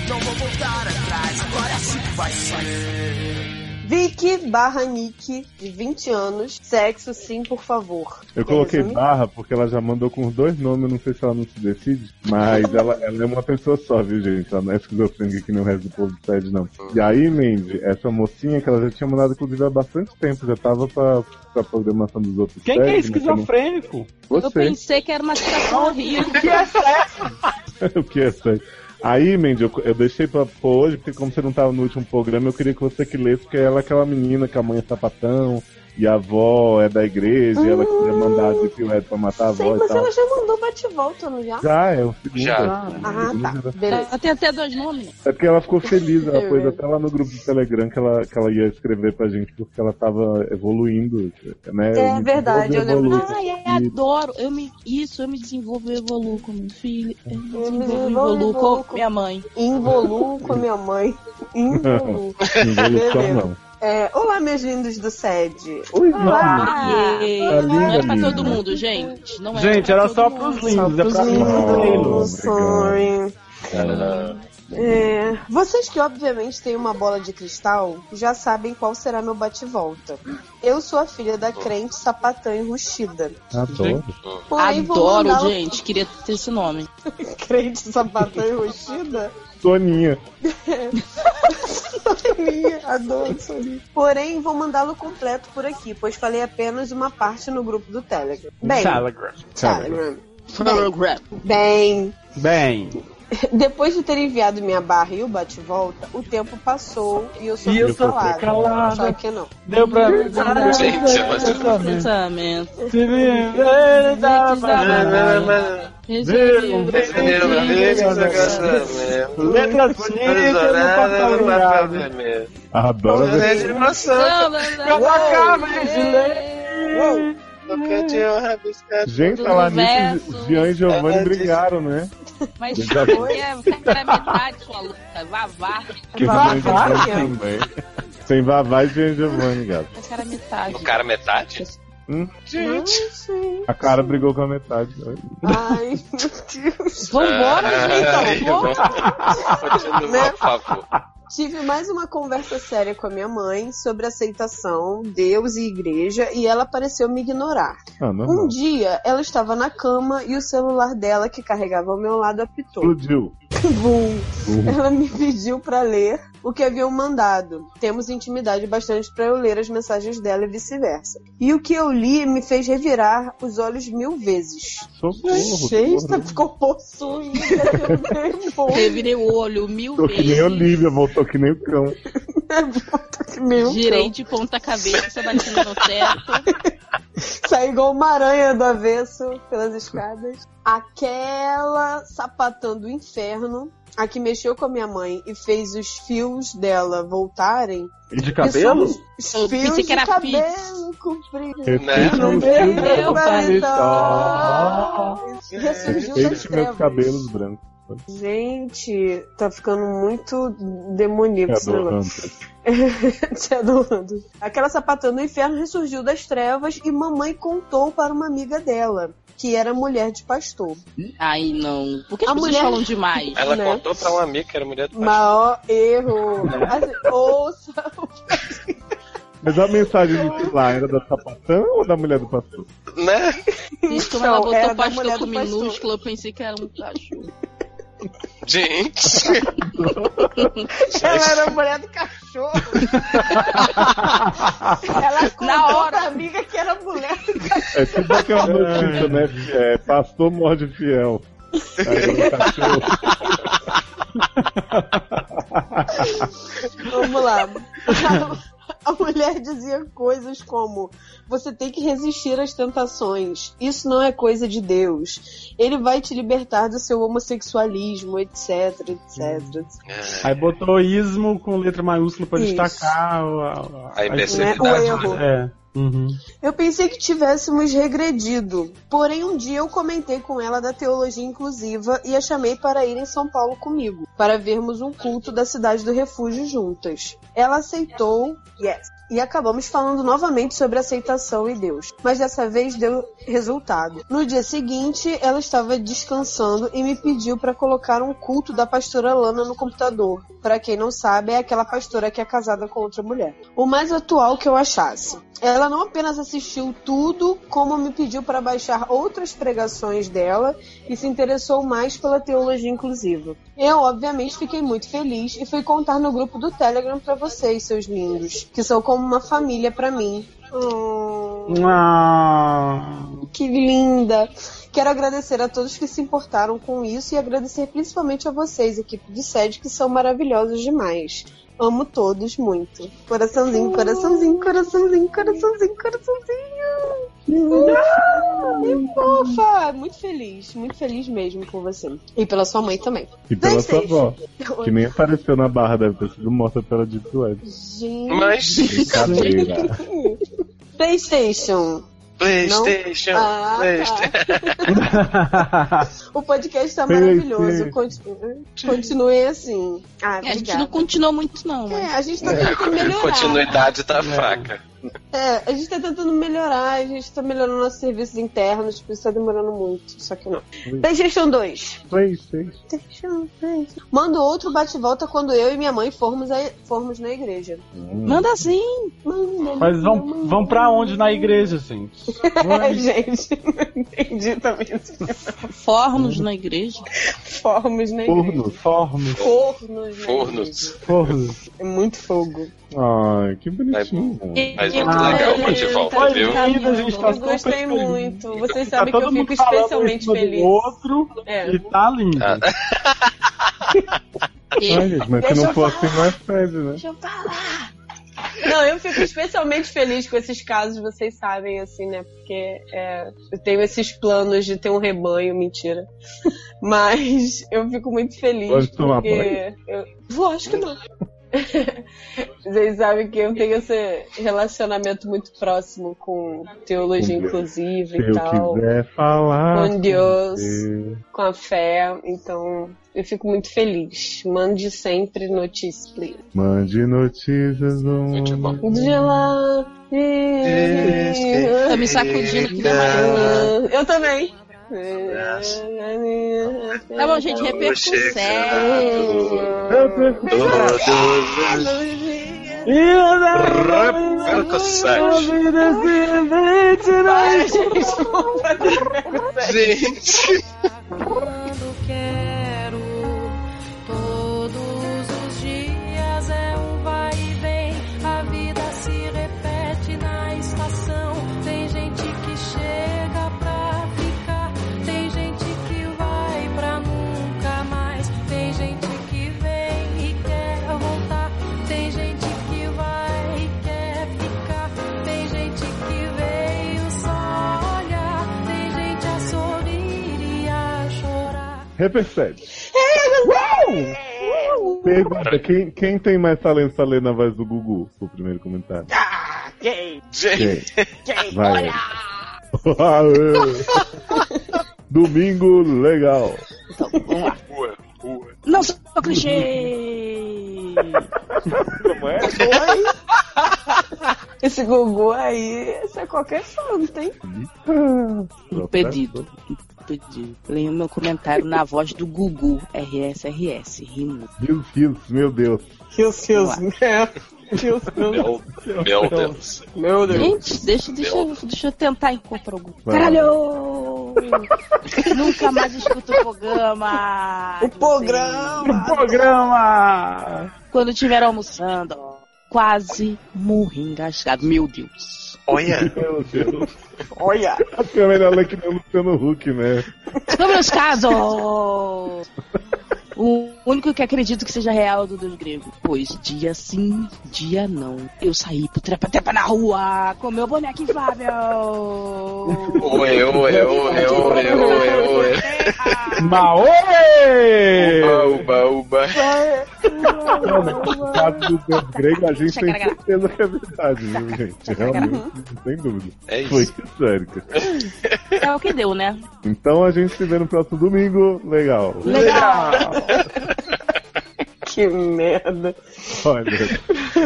Não vou voltar atrás. Agora sim vai ser. Vicky barra Nick, de 20 anos. Sexo, sim, por favor. Eu coloquei Uhum. barra porque ela já mandou com os dois nomes, não sei se ela não se decide, [laughs] mas ela, ela é uma pessoa só, viu, gente? Ela não é esquizofrênica que nem o resto do povo do SED, não. E aí, Mandy, essa mocinha que ela já tinha mandado, inclusive, há bastante tempo, já tava pra, pra programação dos outros Quem que é SEDs, mas eu não- esquizofrênico? Eu Você. pensei que era uma situação [laughs] horrível. o que é isso aí? Aí, Mandy, eu, eu deixei pra pôr hoje, porque como você não tava no último programa, eu queria que você que lesse, porque ela é aquela menina que a mãe é sapatão, e a avó é da igreja, e ela queria mandar de Red pra matar a Sei, avó e Uhum. mas tal. ela já mandou bate-volta, não já? Já, é o segundo. Já. Ah, tá. Beleza. Ela tem até dois nomes. É porque ela ficou feliz, ela [laughs] Eu pôs vejo. até lá no grupo do Telegram que ela, que ela ia escrever pra gente, porque ela tava evoluindo, né? É Eu me verdade, eu desenvolvi, lembro. evoluí. Ai, eu adoro. Eu me, isso, eu me desenvolvo e evoluo com meu filho. Eu me desenvolvo e evoluo com minha mãe. Involu com a minha mãe. Involu. Evolução não. É, olá, meus lindos do SED. Oi, Yay. Tá linda, não é pra linda. todo mundo, gente. Não é Gente, pra era todo só mundo. pros Só lindos, é pros pra lindos. lindos. lindos, sorry. Caramba. É, vocês que obviamente têm uma bola de cristal já sabem qual será meu bate-volta. Eu sou a filha da crente sapatã enrustida. Adoro. Porém, vou Adoro, mandar o gente. Queria ter esse nome. crente sapatã enrustida. Soninha. Soninha, adoro Soninha. Porém, vou mandá-lo completo por aqui, pois falei apenas uma parte no grupo do Telegram. Bem, Telegram. Telegram. Telegram. Bem, [laughs] Bem. Depois de ter enviado minha barra e o bate-volta, o tempo passou e eu só E eu fui só fui calada. calada. Só que não. Deu pra mim. Caralho, Gente, mas- Pensamento. Se tá me ver, dá pra- né? né? Letras bonitas no papel dourado. Adoro ver né? Colocar mais de É, leite. Gente, Do falar nisso, universo. Jean e É, Giovanni brigaram, né? Mas Ele você já- é, quer pra metade, sua louca. Vá, vá. Que Vavá, Jean e Giovanni também. Sem vavá e Jean e Giovanni, gato. Mas é cara, metade. O cara metade? Hum? Gente. A cara brigou com a metade. né? Ai, meu Deus. Vambora, gente. então. Continua, tá Né? por favor. [laughs] Tive mais uma conversa séria com a minha mãe sobre aceitação, Deus e igreja, e ela pareceu me ignorar. Ah, normal. Um dia, ela estava na cama e o celular dela, que carregava ao meu lado, apitou. Explodiu. [laughs] Bum! Ela me pediu para ler o que haviam mandado. Temos intimidade bastante para eu ler as mensagens dela e vice-versa. E o que eu li me fez revirar os olhos mil vezes. Socorro. Gente, tá socorro. ficou possuída, meu demônio. Revirei o olho mil Tô que nem vezes. Olivia, voltou que nem o cão. então. Meu Girei de ponta cabeça, batendo no teto. Saiu igual uma aranha do avesso pelas escadas. Aquela sapatão do inferno, a que mexeu com a minha mãe e fez os fios dela voltarem. E de E são os- Eu Os fios pensei de que era cabelo comprido. Respeite Não meus deu, fios deu, brancos. Ressurgiu das Respeite meus trevas. cabelos brancos. Gente, tá ficando muito demoníaco é esse negócio. Adorando. [laughs] Te adorando. Aquela sapatão do inferno ressurgiu das trevas e mamãe contou para uma amiga dela, que era mulher de pastor. Ai, não. Por que as A pessoas mulher- falam demais? Ela Né? contou pra um amigo que era mulher do pastor. Maior erro. Assim, ouça. Mas a mensagem do titular era da sapatão ou da mulher do pastor? Né? Gente, como ela Então, era botou da mulher pastor do com pastor. minúsculo, eu pensei que era um cachorro. Gente. [laughs] Ela era mulher do [laughs] cachorro. Ela contou Na hora. pra amiga que era mulher. É tipo aquela notícia, né? É, pastor morde fiel. Aí, o cachorro. Vamos lá. [laughs] A mulher dizia coisas como: você tem que resistir às tentações, isso não é coisa de Deus, ele vai te libertar do seu homossexualismo, etc, etc. Aí botou ismo com letra maiúscula pra Isso. destacar a, A imbecilidade. Né? O erro. É. Uhum. Eu pensei que tivéssemos regredido, porém um dia eu comentei com ela da teologia inclusiva e a chamei para ir em São Paulo comigo, para vermos um culto da cidade do refúgio juntas. Ela aceitou, yes. E acabamos falando novamente sobre aceitação e Deus. Mas dessa vez deu resultado. No dia seguinte, ela estava descansando e me pediu para colocar um culto da pastora Lana no computador. Para quem não sabe, é aquela pastora que é casada com outra mulher. O mais atual que eu achasse. Ela não apenas assistiu tudo, como me pediu para baixar outras pregações dela e se interessou mais pela teologia inclusiva. Eu, obviamente, fiquei muito feliz e fui contar no grupo do Telegram para vocês, seus lindos, que são como uma família para mim. Hum, Ah, que linda! Quero agradecer a todos que se importaram com isso e agradecer principalmente a vocês, equipe de sede, que são maravilhosos demais. Amo todos muito. Coraçãozinho, coraçãozinho, coraçãozinho, coraçãozinho, coraçãozinho. Que fofa! Muito feliz, muito feliz mesmo por você. E pela sua mãe também. E pela Dois sua seis. avó, que nem apareceu na barra, deve ter sido morta pela Deep Web. Gente. Mas. Brincadeira. PlayStation. PlayStation. Ah, PlayStation. tá. O podcast tá PlayStation. maravilhoso. Continue, continue assim. Ah, É, a gente não obrigada. continuou muito, não. mas- É, a gente tá tentando melhorar. Continuidade tá fraca. É, a gente tá tentando melhorar, a gente tá melhorando nossos serviços internos, por isso tá demorando muito, só que não. PlayStation 2. PlayStation. PlayStation 2. Manda outro bate-volta quando eu e minha mãe formos, a- formos na igreja. Hum. Manda assim. Manda, [laughs] mas vão, manda, vão pra onde na igreja, assim? [laughs] É, gente, não entendi também esse Fornos na igreja. formos na igreja. Porno. Forno, Fornos. né, Fornos. gente? forno. É muito fogo. Ai, que bonitinho. Mas muito legal o bate-volta, Foi viu? lindo, a gente tá Tá Eu super gostei feliz. muito. Vocês Tá sabem que eu todo mundo fico falando um em especialmente cima do feliz. Outro É. e tá lindo. Ah. Tá Ai, gente, mas se Deixa não eu for assim, não é Fred, né? Deixa eu falar. Não, eu fico especialmente feliz com esses casos, vocês sabem, assim, né? Porque é, eu tenho esses planos de ter um rebanho, mentira. [laughs] Mas eu fico muito feliz. Pode tomar porque eu, Lógico que não. [laughs] Vocês sabem que eu tenho esse relacionamento muito próximo com teologia Com Deus. inclusiva Se e eu tal quiser falar. Com Deus. Deus. com a fé, então eu fico muito feliz. Mande sempre notícias, please. Mande notícias do Muito bom. mundo. De lá. Tá me sacudindo aqui na manhã. Eu também. Tá bom, gente, repercussão. Eu prefiro- Todos os repercussões. Para, gente, vamos fazer. Gente, Quando quero, todos os dias é um vai e vem. A vida se repete na estação. Tem gente que chega pra ficar, tem gente que vai pra nunca mais. Tem gente que vem e quer voltar, tem gente que vai e quer ficar. Tem gente que veio só olhar, tem gente a sorrir e a chorar. Repercebe. Pergunta, quem, quem tem mais talento pra ler na voz do Gugu? Foi o primeiro comentário. gente. Ah, Quem? Vai. Domingo legal. Rua, rua. Não sou clichê! Como é? Esse Gugu aí, isso é qualquer santo, hein? Impedido. Impedido. Leio meu comentário na voz do Gugu. RSRS. Rimo. Rios, rios, meu Deus. Meu Deus, meu Deus. Meu, meu Deus. Meu Deus. Gente, deixa, deixa, eu- deixa eu tentar encontrar o Gugu. Vai lá. Caralho! Nunca mais escuto o programa! O programa. Programa! Quando estiver almoçando, ó, quase morri engasgado. Meu Deus. Olha, Meu Deus. Olha. Acho que é melhor ler que nem o Luciano Huck, né? Sobre os casos! O único que acredito que seja real é do dos gregos. Pois dia sim, dia não. Eu saí pro trepa-trepa na rua com meu boneco inflável. ou eu, ou eu, ou eu, ou eu, ou eu, ou eu. É, Maoê! Uba, uba. Não, mas no caso do Deus grego, a gente tem certeza que é verdade, viu, gente? Realmente, sem dúvida. É Foi isso. isso, Érica. É o que deu, né? Então a gente se vê no próximo domingo. Legal. Legal! Que merda. Olha,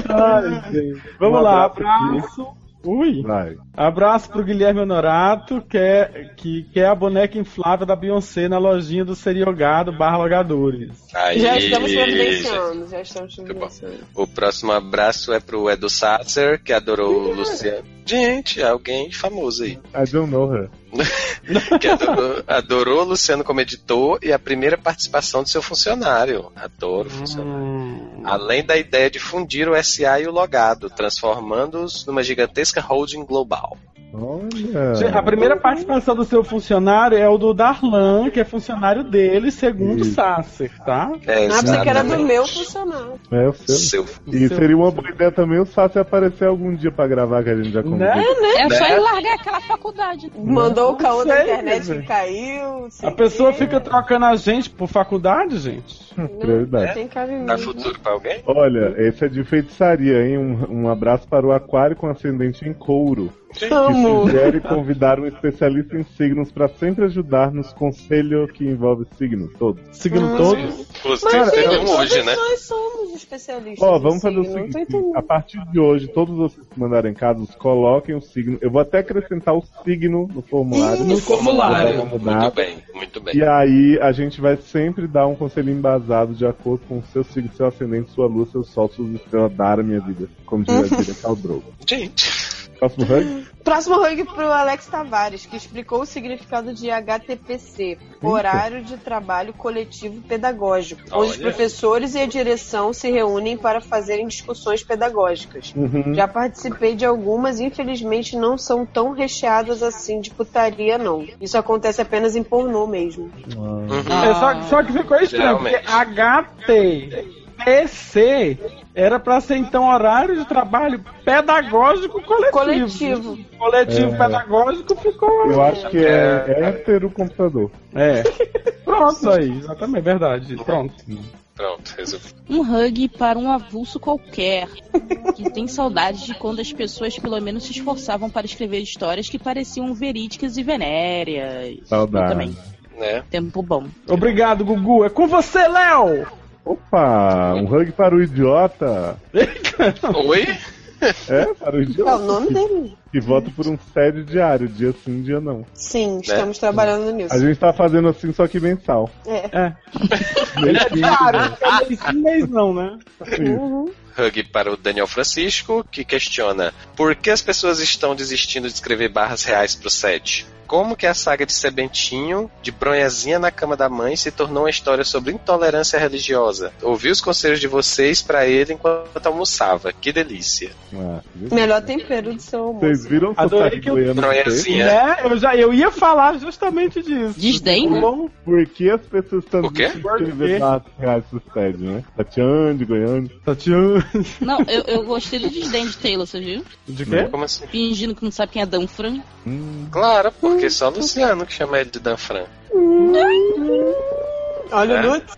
Ai, gente. Vamos Um lá, abraço. abraço. Ui! vai. Abraço pro Guilherme Honorato, que é, que, que é a boneca inflável da Beyoncé na lojinha do Seriogado Barra Logadores. Aí, Já estamos gente. providenciando, já estamos providenciando. O próximo abraço é pro Edu Satzer, que adorou o Luciano. Gente, alguém famoso aí. I don't know her. [laughs] Que adorou, adorou o Luciano como editor e a primeira participação do seu funcionário. Adoro Hum. funcionário. Além da ideia de fundir o SA e o logado, transformando-os numa gigantesca holding global. Gente, A Olha. primeira participação do seu funcionário é o do Darlan, que é funcionário dele, segundo o Isso. Sasser, tá? É, Ah, pensei que era do exatamente. meu funcionário. É o seu. Seu E seria uma boa ideia também o Sassi aparecer algum dia pra gravar, que a gente já convidou. Né? É Né? só ele largar aquela faculdade. Mandou o caô Não da sei, É internet velho. que caiu. sei A pessoa quê. fica trocando a gente por faculdade, gente. Prioridade. Tem Dá cabimento. futuro pra alguém? Olha, esse é de feitiçaria, hein? Um, um abraço para o Aquário com ascendente em couro. Amo. Que sugere convidar um especialista em signos para sempre ajudar nos conselhos que envolve signos todos. Seguindo Hum. todos. Inclusive, tem gente, um hoje, todos né? Nós somos especialistas. Ó, em vamos fazer o signo, não tô seguinte: entendendo. a partir de hoje, todos vocês que mandarem casos, coloquem o signo. Eu vou até acrescentar o signo no formulário. Vou Isso. dar Formulário. uma Muito mudada. bem, muito bem. E aí a gente vai sempre dar um conselho embasado de acordo com o seu signo, seu ascendente, sua luz, seu sol, suas estrelas, dar minha vida. Como diria Calbrogo. Gente, Próximo ranking? Próximo ranking pro Alex Tavares, que explicou o significado de HTPC, Horário de Trabalho Coletivo Pedagógico, onde os Olha. professores e a direção se reúnem para fazerem discussões pedagógicas. Uhum. Já participei de algumas e infelizmente não são tão recheadas assim de putaria, não. Isso acontece apenas em pornô mesmo. Uhum. É, só, só que ficou estranho, porque HTPC era pra ser então horário de trabalho pedagógico coletivo. Coletivo. Coletivo pedagógico ficou. Eu acho que é hétero computador. É. Pronto aí, exatamente, verdade. Pronto. Pronto, resolvi. Um hug para um avulso qualquer, que tem saudade de quando as pessoas pelo menos se esforçavam para escrever histórias que pareciam verídicas e venéreas. Eu Saudade. também. Né? Tempo bom. Obrigado, Gugu. É com você, Léo! Opa, um hug para o idiota. Tá Oi? É, para o É o idiota. nome dele. Que vota por um sede diário, dia sim, dia não. Sim, estamos trabalhando nisso. A gente tá fazendo assim, só que mensal. É. É. Mês sim, [laughs] né? É mês sim, mês não, né? Uhum. Hug para o Daniel Francisco, que questiona por que as pessoas estão desistindo de escrever barras reais pro set? Como que a saga de Sebentinho, de Bronhazinha na cama da mãe, se tornou uma história sobre intolerância religiosa? Ouvi os conselhos de vocês pra ele enquanto almoçava. Que delícia. Ah, Melhor tempero do seu almoço. Vocês viram o Adorei sotaque que o goiano que teve? Bronhazinha. Né? Eu, já, eu ia falar justamente disso. Desdém, né? Bom, Por que as pessoas estão O quê? Por quê? escrevendo barras reais pro sede, né? Tatiane, Goiânia. Tatiane. Não, eu, eu gostei do desdém de Taylor, você viu? um- De quê? Como assim? Fingindo que não sabe quem é Danfran. Hum, Claro, porque é só Luciano que chama ele de Danfran. Olha o Nuts.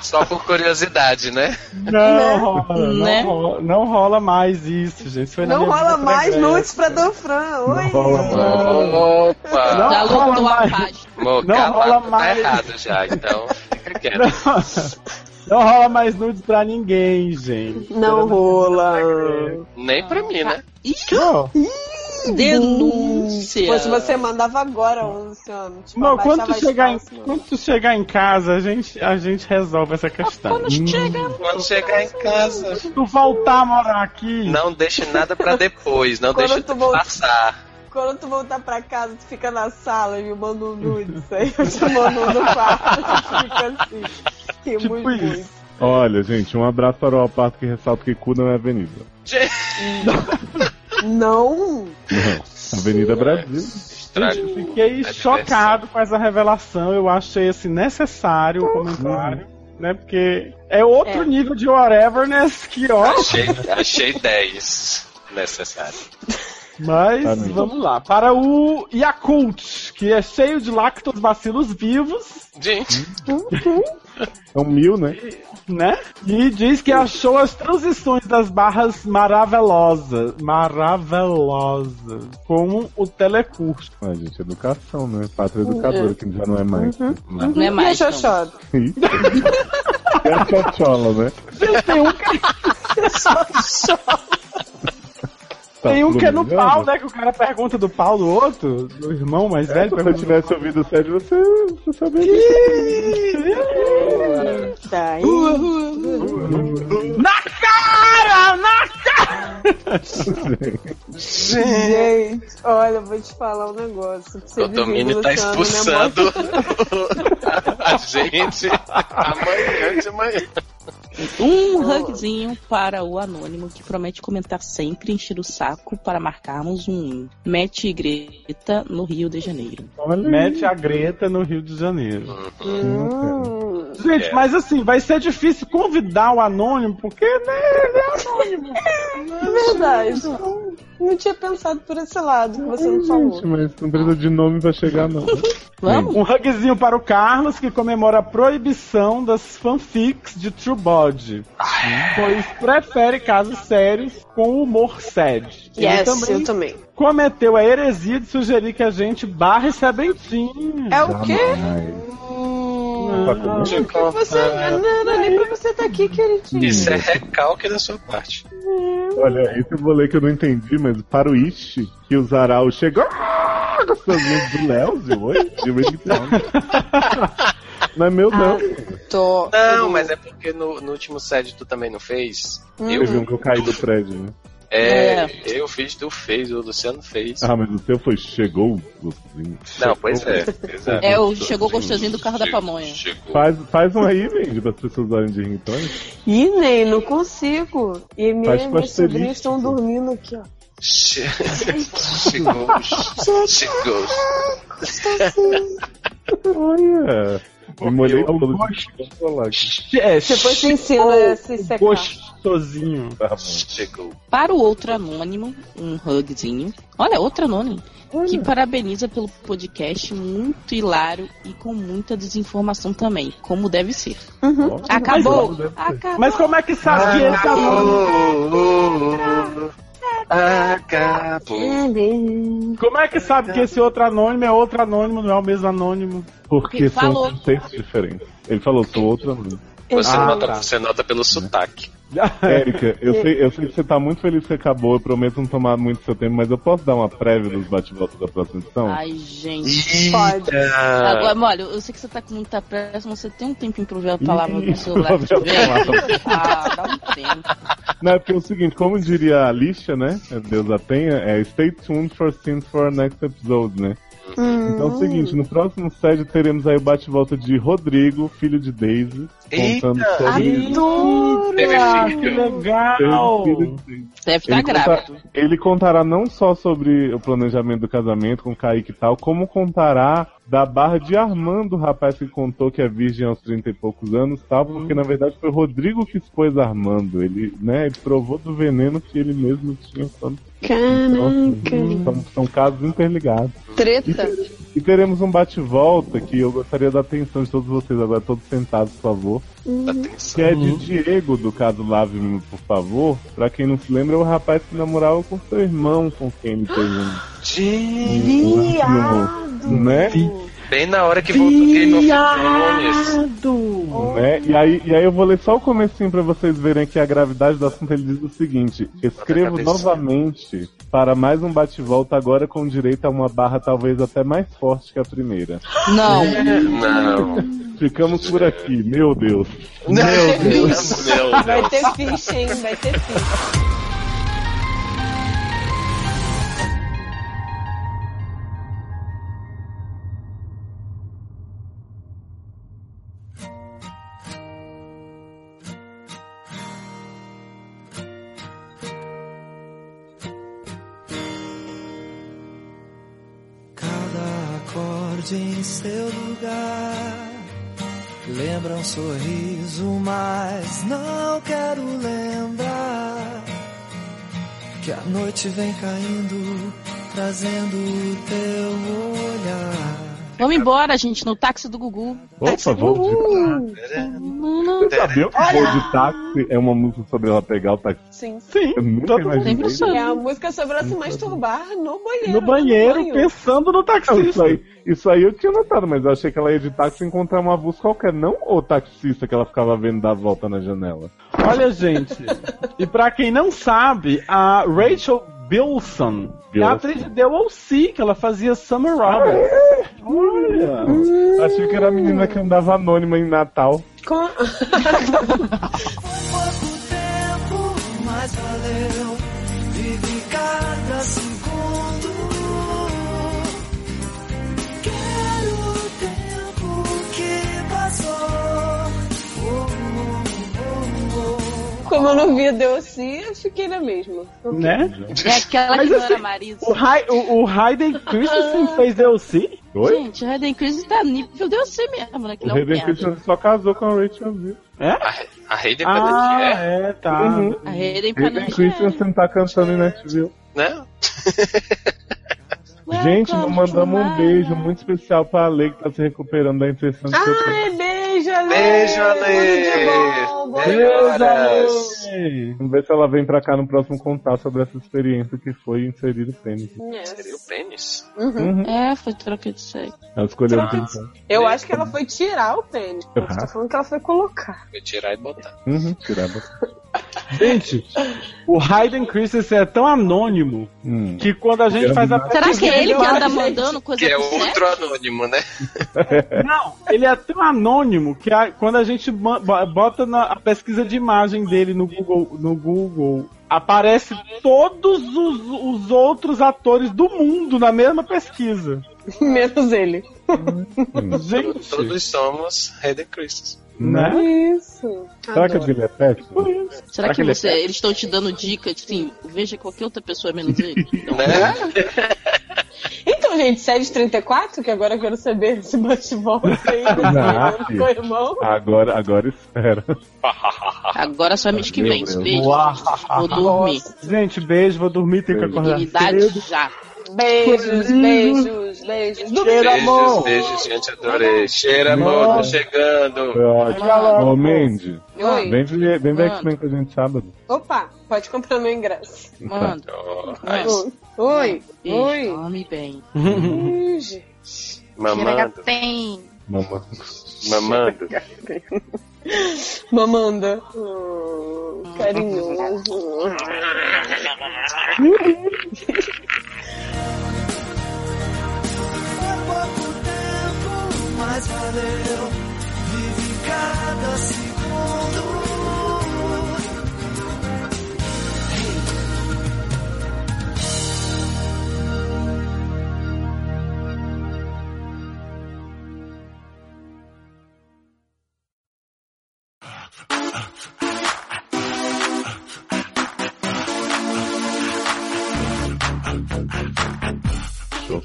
Só por curiosidade, né? Não rola, Né? não, rola, não rola mais isso, gente. Isso foi na Não minha né, rola vida mais pregressa. nudes pra Danfran. Oi. rola mais. Opa! Já rola lotou a mais. página. Mo, Não calado, rola Tá mais. errado já, [laughs] então fica quieto. [laughs] Não rola mais nudes pra ninguém, gente. Não rola. Nem pra mim, né? Denúncia. Pô, se você mandava agora um, Luciano. Tipo, Não, quando tu, abaixava as chegar em, calças. quando tu chegar em casa, a gente, a gente resolve Ah, essa questão. Hum. Quando chegar em casa, Se tu voltar a morar aqui, não deixe nada pra depois, não [laughs] Quando deixe tu voltar- passar. Quando tu voltar pra casa, tu fica na sala e me manda um nudes. Aí eu te mando um no [laughs] quarto. Fica assim. Rimos Tipo muito. isso. Olha, gente, um abraço para o Alpato que ressalta que cu não é avenida. Não. Avenida Brasil. gente, eu Estrago. fiquei diversão. chocado com essa revelação. Eu achei assim necessário Uhum. o comentário, né? Porque é outro É. nível de whateverness que ó. Achei, achei 10 necessário. Mas Tá bem. vamos lá. Para o Yakult, que é cheio de lactobacilos vivos, Gente, São mil, né? né? E diz que achou as transições das barras maravilhosas. Maravilhosas. Como o telecurso. Ah, gente, educação, né? Pátria educadora, que já não é mais. Mas- Não é E a mais. não. Xoxota? É a tchotchola, né? um Tá é Tem um que é no fluminando? pau, né? Que o cara pergunta do pau do outro, do irmão mais É, velho. se você Pergunta... tivesse ouvido o Sérgio, você, você saberia. Tá aí. Na cara! Na Gente, olha, eu vou te falar um negócio. pra Você o domínio tá Luciano, né? expulsando [laughs] a gente amanhã de manhã. Um hugzinho para o anônimo que promete comentar sempre e encher o saco para marcarmos um match e greta no Rio de Janeiro. Olha Mete a Greta no Rio de Janeiro. Hum, Gente, É. mas assim, vai ser difícil convidar o anônimo, porque né, ele é anônimo. é verdade. Não, não tinha pensado por esse lado que você não falou. Gente, mas não precisa de nome pra chegar, não. Vamos? Um hugzinho para o Carlos, que comemora a proibição das fanfics de True Body. Pois prefere casos sérios com humor sad. Ele Yes, também eu também. cometeu a heresia de sugerir que a gente barre Sebentinho. É o quê? Jamais. Tá Não, Ah, não. Te Você É. contar. não era nem pra você estar aqui, queridinho. Tipo, Isso é recalque da sua parte. Olha, esse eu vou ler que eu não entendi, mas para o Ishi, que usará o chegou Ah, gostosinho do Léo, de hoje, de Ring Não é meu, Ah. não. Tô. Não, mas é porque no, no último set tu também não fez. Hum, Eu vi um que eu caí do prédio, né? É, eu fiz, tu fez, o Luciano fez. Ah, mas o seu foi. Chegou gostosinho. Não, pois é. Exato. É o chegou gostosinho do carro da pamonha. Chegou. Faz, faz um aí, Mandy, para as pessoas darem de ringtone. Ih, nem, não consigo. E minha, Faz tipo. com meus sobrinhos asterisco. estão dormindo aqui, ó. Che- [laughs] Chegou. Chegou. Olha. Me molhei todo de chocolate. Che- É, che- Depois você ensina a se é, secar. gostosinho. Tá bom. Chegou. Para o outro anônimo, um hugzinho. Olha, outro anônimo. Que parabeniza pelo podcast muito hilário e com muita desinformação também, como deve ser. Ó, Acabou! mas deve ser. Acabou! Mas como é que sabe esse anônimo? Acabou. Acabou. Hum. Como é que sabe que esse outro anônimo é outro anônimo, não é o mesmo anônimo? Porque Ele são falou. contextos diferentes. Ele falou, sou outra anônimo. Você, Ah, nota, tá. você nota pelo sotaque. Érica, É, eu sei, eu sei que você tá muito feliz que você acabou. Eu prometo não tomar muito seu tempo, mas eu posso dar uma prévia dos bate-volta da próxima edição? Ai, gente. Pode. Ah. Agora, olha, eu sei que você tá com muita pressa, mas você tem um tempinho pra ouvir a palavra Ih, no celular que pra [laughs] ouvir a tiver? palavra. Ah, dá um tempo. Não, é porque é o seguinte, como diria a lixa, né? Deus a tenha, é stay tuned for scenes for our next episode, né? Então é o seguinte, no próximo série teremos aí o bate-volta de Rodrigo, filho de Daisy, contando Eita. sobre Teve Adora! Que filho. legal! Teve filho de Daisy. Deve estar Ele tá- grávido. Ele contará não só sobre o planejamento do casamento com Kaique e tal, como contará da barra de Armando, o rapaz que contou que é virgem aos 30 e poucos anos, tal, porque na verdade foi o Rodrigo que expôs Armando. Ele, né, ele provou do veneno que ele mesmo tinha. Então, assim, são, são casos interligados. Treta? E teremos um bate-volta que eu gostaria da atenção de todos vocês agora, todos sentados, por favor. Que é de Diego, do caso Lave Me, por favor. Pra quem não se lembra, é o rapaz que namorava com seu irmão, com quem ele teve um. Viado! Né? Bem na hora que voltou Game of Thrones. né? E, aí, e aí eu vou ler só o comecinho pra vocês verem aqui a gravidade do assunto. Ele diz o seguinte: escrevo cabeça. novamente para mais um bate-volta agora com direito a uma barra talvez até mais forte que a primeira. Não. Não. Ficamos por aqui, meu Deus. Meu Deus. Meu Vai Deus. ter ficha, hein? Vai ter ficha. Cada acorde em seu lugar lembra um sorriso, mas não quero lembrar que a noite vem caindo, trazendo o teu olhar. Vamos embora, gente, no táxi do Gugu. Opa, vou de Você sabia que o Voo de Táxi é uma música sobre ela pegar o táxi? Sim. Sim, Eu nunca todo mundo imaginei. Sempre soube. É a música sobre ela se masturbar no banheiro. no banheiro pensando no Não, isso, taxista. aí, isso aí eu tinha notado, mas eu achei que ela ia de táxi e encontrar uma avulso qualquer, não o taxista que ela ficava vendo dar volta na janela. Olha, gente, e pra quem não sabe, a Rachel Bilson é a Bilson. atriz de The OC, que ela fazia Summer Roberts. Olha! Achei que era a menina que andava anônima em Natal. Com... pouco tempo, mas valeu. Vive cada segundo. Quero o tempo que passou. Oh, oh, oh, oh. Como eu não via Deus eu fiquei na mesma. Né? É aquela Mas que não assim, era marido. O, Hay- o, o Hayden Christensen fez The OC? Oi? Gente, o Hayden Christensen tá nível de você mesmo, né? Que O não é um Hayden merda. Christensen só casou com a Rachel Bilson. É? A rei de Ah, Pedagogia, é, é, tá. Uhum. A é Hayden Hayden Panettiere. Christensen tá cantando em Nashville. né? Gente, não mandamos um beijo muito especial pra Ale que tá se recuperando da infecção de ah, Ai, beijo, Ale! Beijo, Ale! Tudo de bom, Beijo, Ale! Vamos ver se ela vem pra cá no próximo contar sobre essa experiência que foi inserir o pênis. bom. Seria o pênis? Uhum. É, foi troca de sexo. Ela escolheu o pênis. Eu acho que ela foi tirar o pênis. Você tá falando que ela foi colocar. [laughs] Vou tirar e botar. Uhum, tirava. Gente, o Hayden Christensen é tão anônimo Hum. que quando a gente Eu faz a não- Será que é ele que Eu anda acho, mandando coisa assim? Que é tá pro Seth? outro anônimo, né? Não, ele é tão anônimo que a- quando a gente ma- bo- bota na a pesquisa de imagem dele no Google, no Google aparece todos os, os outros atores do mundo na mesma pesquisa. Menos ele. Gente, Todos somos Hayden Christensen. Né? né? Isso. Será que é de Lepete? Será que Será que é? você, eles estão te dando dica de assim, veja qualquer outra pessoa menos [laughs] ele? Né? Então, gente, sede 34, que agora eu quero saber esse bate-volta aí do Ah, Fernando filho. com o irmão. Agora, agora [laughs] espera. Agora é só mês que Meu vem, Deus. beijo. Vou dormir. Gente, beijo, vou dormir, tenho que Beijo. acordar cedo. Dignidade já. Beijos, beijos, beijos. Hum. Do Beijos, beijos, gente, adorei. Cheira, amor, tô chegando. É Ótimo. Ô, Mandy, Oi. vem, de, vem da Mano. X-Men com a gente sábado. Opa, pode comprar meu ingresso. Manda. Oh, Oi, oi, Beijo, oi. dorme bem. Ih, gente. mamando, tem. Mamãe. mamando. Mamanda. Hum, carinhoso. Foi pouco tempo, mas valeu. Vive cada segundo.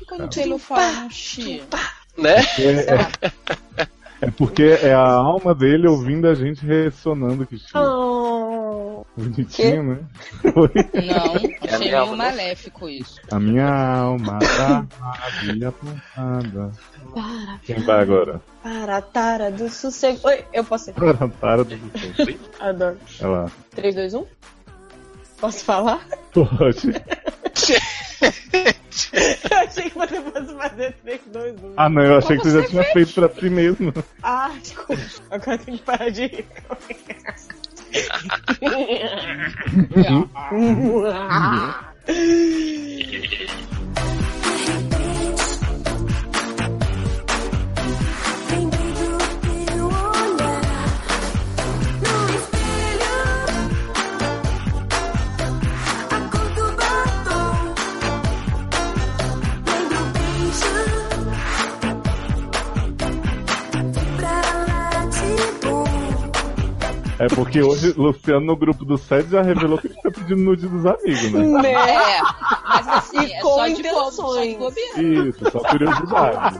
Quando o Taylor fala um chi. Né? É, é- é porque é a alma dele ouvindo a gente ressonando que tinha. Bonitinho, né? Oi. Não, [laughs] É a achei minha alma, meio né? maléfico isso. A minha alma tá maravilha apontada. Quem vai agora? Para a tara do sossego. Oi, eu posso ir. Para, para do Olha Adoro. lá. 3, 2, 1. Posso falar? Pode. [laughs] Eu achei que você fosse fazer 3, 2, 1. Ah, não, eu achei que você já tinha feito pra si mesmo. Ah, desculpa. Agora tem que parar de rir. Lembrei do teu olhar no espelho. A cor do batom. Lembro o beijo. Pra lá de bom. É porque hoje Luciano no grupo do SED já revelou que ele tá pedindo nude dos amigos, né? Né? É, mas assim, E é com só de bobo, só de intenções. bobeira. Isso, só curiosidade.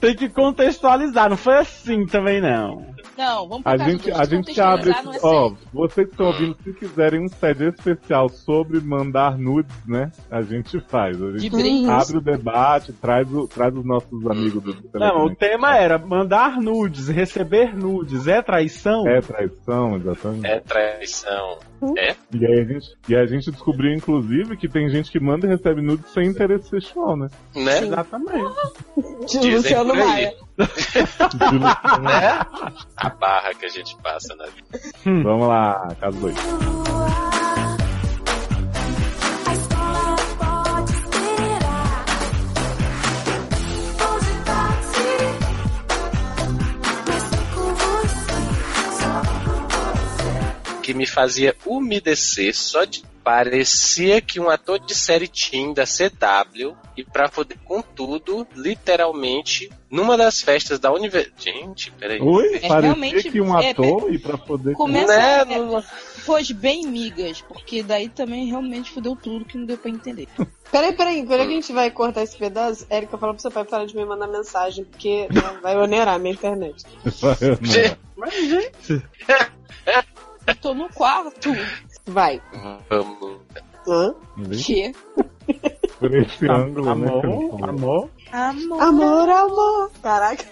Tem que contextualizar, não foi assim também não. Não, vamos pro A caso gente, do a gente descontextualizar, abre. não é Ó, sério. vocês que estão ouvindo, se quiserem um SED especial sobre mandar nudes, né? A gente faz. A De gente brinde. abre o debate, traz, o, traz os nossos amigos do do Não, Telegram. o tema é era mandar nudes, receber nudes, é traição? É traição, exatamente. É traição. E, aí a gente, e a gente descobriu, inclusive, que tem gente que manda e recebe nudes sem interesse sexual, né? Né? Exatamente. De Dizem Luciano por aí. Maia. [laughs] Né? A barra que a gente passa na vida. Hum. Vamos lá, caso 2. A escola pode esperar. Vou de táxi, mas só com você. Só Que me fazia umedecer só de. Parecia que um ator de série Team da CW e pra foder com tudo, literalmente, numa das festas da universidade. Gente, peraí. Oi? É, Parecia realmente, que um é, ator e pra poder. Começa, Né? é, pois bem, migas, porque daí também realmente fudeu tudo que não deu pra entender. Peraí, peraí, peraí que a gente vai cortar esse pedaço. Érica, fala pro seu pai parar de me mandar mensagem, porque né, vai onerar minha internet. Eu tô no quarto. Vai. Vamos. Hã? Que? Por esse Tá ângulo, né? Amor, amor. Amor. Amor, amor. Caraca.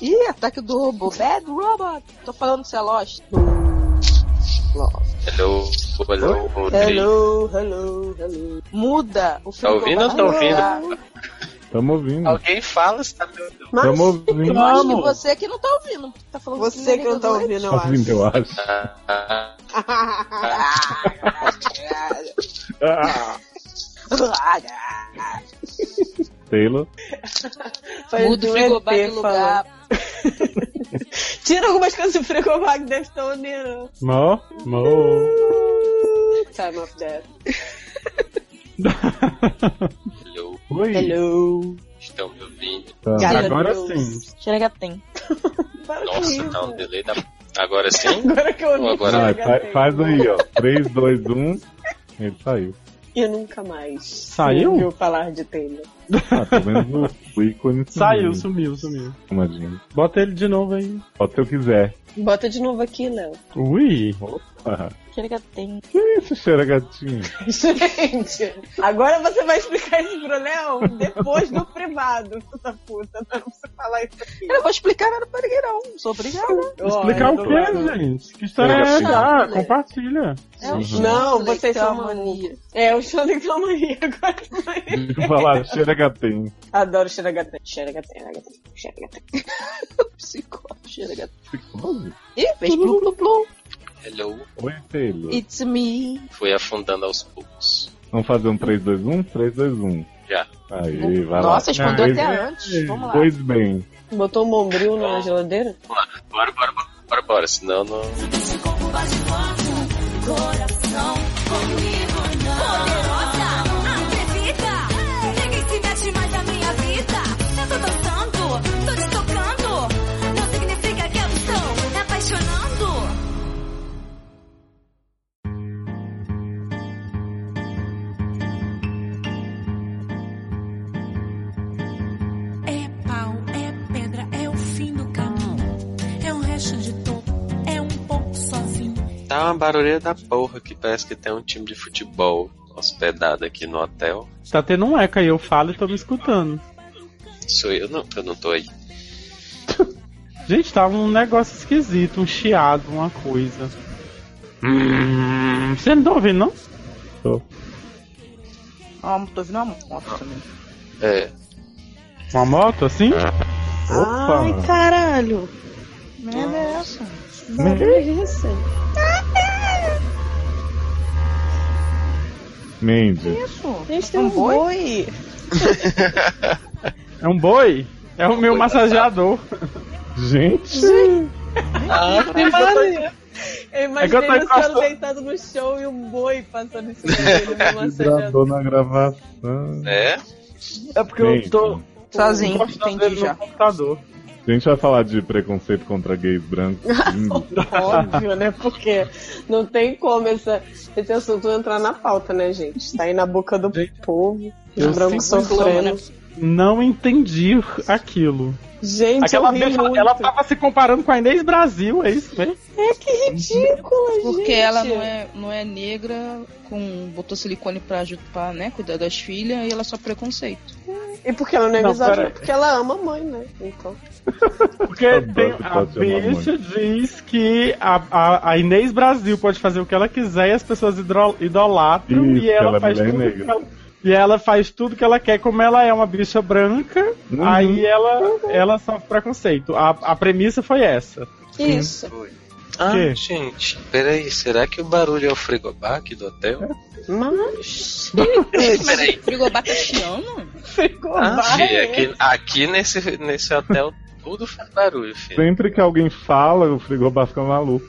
Ih, ataque do robô. Bad robot. Tô falando se é Lost. Hello, hello, Rodrigo. Oh, Hello, hello, hello. Muda o Tá filme. ouvindo ou não tá ouvindo? Tamo ouvindo. Alguém fala se tá me ouvindo. Tamo ouvindo. Eu acho que você que não tá ouvindo. Tá falando Você que não tá ouvindo, eu Tá ouvindo, acho. eu acho. Ah, Ah, Taylor. [laughs] Foi Muda o do frigobar ET do lugar. Tira algumas coisas do frigobar que deve estar unindo. Mó, mó. Time of death. Hello, Oi. Hello. estão me ouvindo? Tá. Galera, Agora Deus. sim. Xerega tem. Para com Nossa, isso. tá um delay da. Agora sim? Agora que eu ouvi. Agora- Não, Chega, é, fa- tem. faz aí, ó. 3, 2, 1. Ele saiu. Eu nunca mais. Saiu? Ouviu falar de Taylor. Ah, pelo menos o ícone né? Saiu, sumiu, sumiu. Imagina. Bota ele de novo aí. Pode se eu quiser. Bota de novo aqui, Léo. [laughs] Ui. Ah, Xerega tem. que isso, cheira gatinho? Gente, agora você vai explicar isso pro Léo depois do privado, puta puta. Não precisa falar isso aqui. Eu não vou explicar nada pra ninguém, não. Sou obrigada. Explicar Olha, o tô que, falando. gente? Que história é Chega, essa? Ah, filho. compartilha. É o Uhum. Não, vocês são mania. É, eu sou de calmaria agora. [laughs] Deixa eu falar, [laughs] cheira gatinho. Adoro xeragatem. Xeragatem, xeragatem, xeragatem. Psicólogo, xerega tem. Psicose? Ih, fez plum, plum, plum. Hello. Oi, Taylor. It's me. Fui afundando aos poucos. Vamos fazer um 3, 2, 1? 3, 2, 1. Já. Aí, vai lá. Nossa, respondeu Não, até ele- antes. Vamos lá. Pois bem. Botou um bombril na geladeira? Bora, bora, bora, bora, bora. Senão não. Poderosa, atrevida. Ninguém se mete mais na minha vida. Eu tô dançando, tô te tocando. Não significa que eu estou me apaixonando. É pau, é pedra, é o fim do caminho. É um resto de topo, é um pouco sozinho. Tá uma barulheira da porra que parece que tem um time de futebol hospedado aqui no hotel. Tá tendo um eco aí, eu falo e tô me escutando. Sou eu, não, eu não tô aí. Gente, tava um negócio esquisito, um chiado, uma coisa. Hum, Você não tá ouvindo, não? Ó, tô ouvindo uma moto também. É. Uma moto assim? Opa! Ai, caralho. Merda é essa? Barulho é esse? Mendes. Isso. Gente, tem um boi. É um boi? É o meu boi massageador. Gente, É Ah, Eu que eu tô imaginei É o senhor encostando. deitado no show e um boi passando em [laughs] cima dele. né? me massageando. gravou na gravação. é? É porque Gente, Sozinho, encostando entendi ele no já. computador. a gente vai falar de preconceito contra gays brancos. Hum. Lindo. Óbvio, né? Porque não tem como essa, esse assunto entrar na pauta, né, gente? Tá aí na boca do povo, eu os brancos sinto né? sofrendo. Não entendi aquilo. Gente, Aquela eu ri vez ela, muito. ela tava se comparando com a Inês Brasil, é isso mesmo? É que ridícula, gente. Porque ela não é, não é negra, com, botou silicone pra, aju- pra né, cuidar das filhas e ela é só preconceito. E porque ela não é Não, misógina, pera- porque ela ama a mãe, né? Então. Porque Adoro tem, que a Tá pode chamar bicha diz que a, a, a Inês Brasil pode fazer o que ela quiser e as pessoas idro- idolatram Isso, e ela, ela é faz mulher tudo negra. que ela, e ela faz tudo que ela quer, como ela é uma bicha branca, Uhum. aí ela, ela sofre preconceito. A, a premissa foi essa. Isso. Ah, Quê? gente, peraí, será que o barulho é o frigobar aqui do hotel? Mas. [laughs] peraí. O frigobar tá chiando? Ficou Ah, vai, fi, aqui aqui nesse, nesse hotel tudo faz barulho, filho. Sempre que alguém fala, o frigobar fica maluco.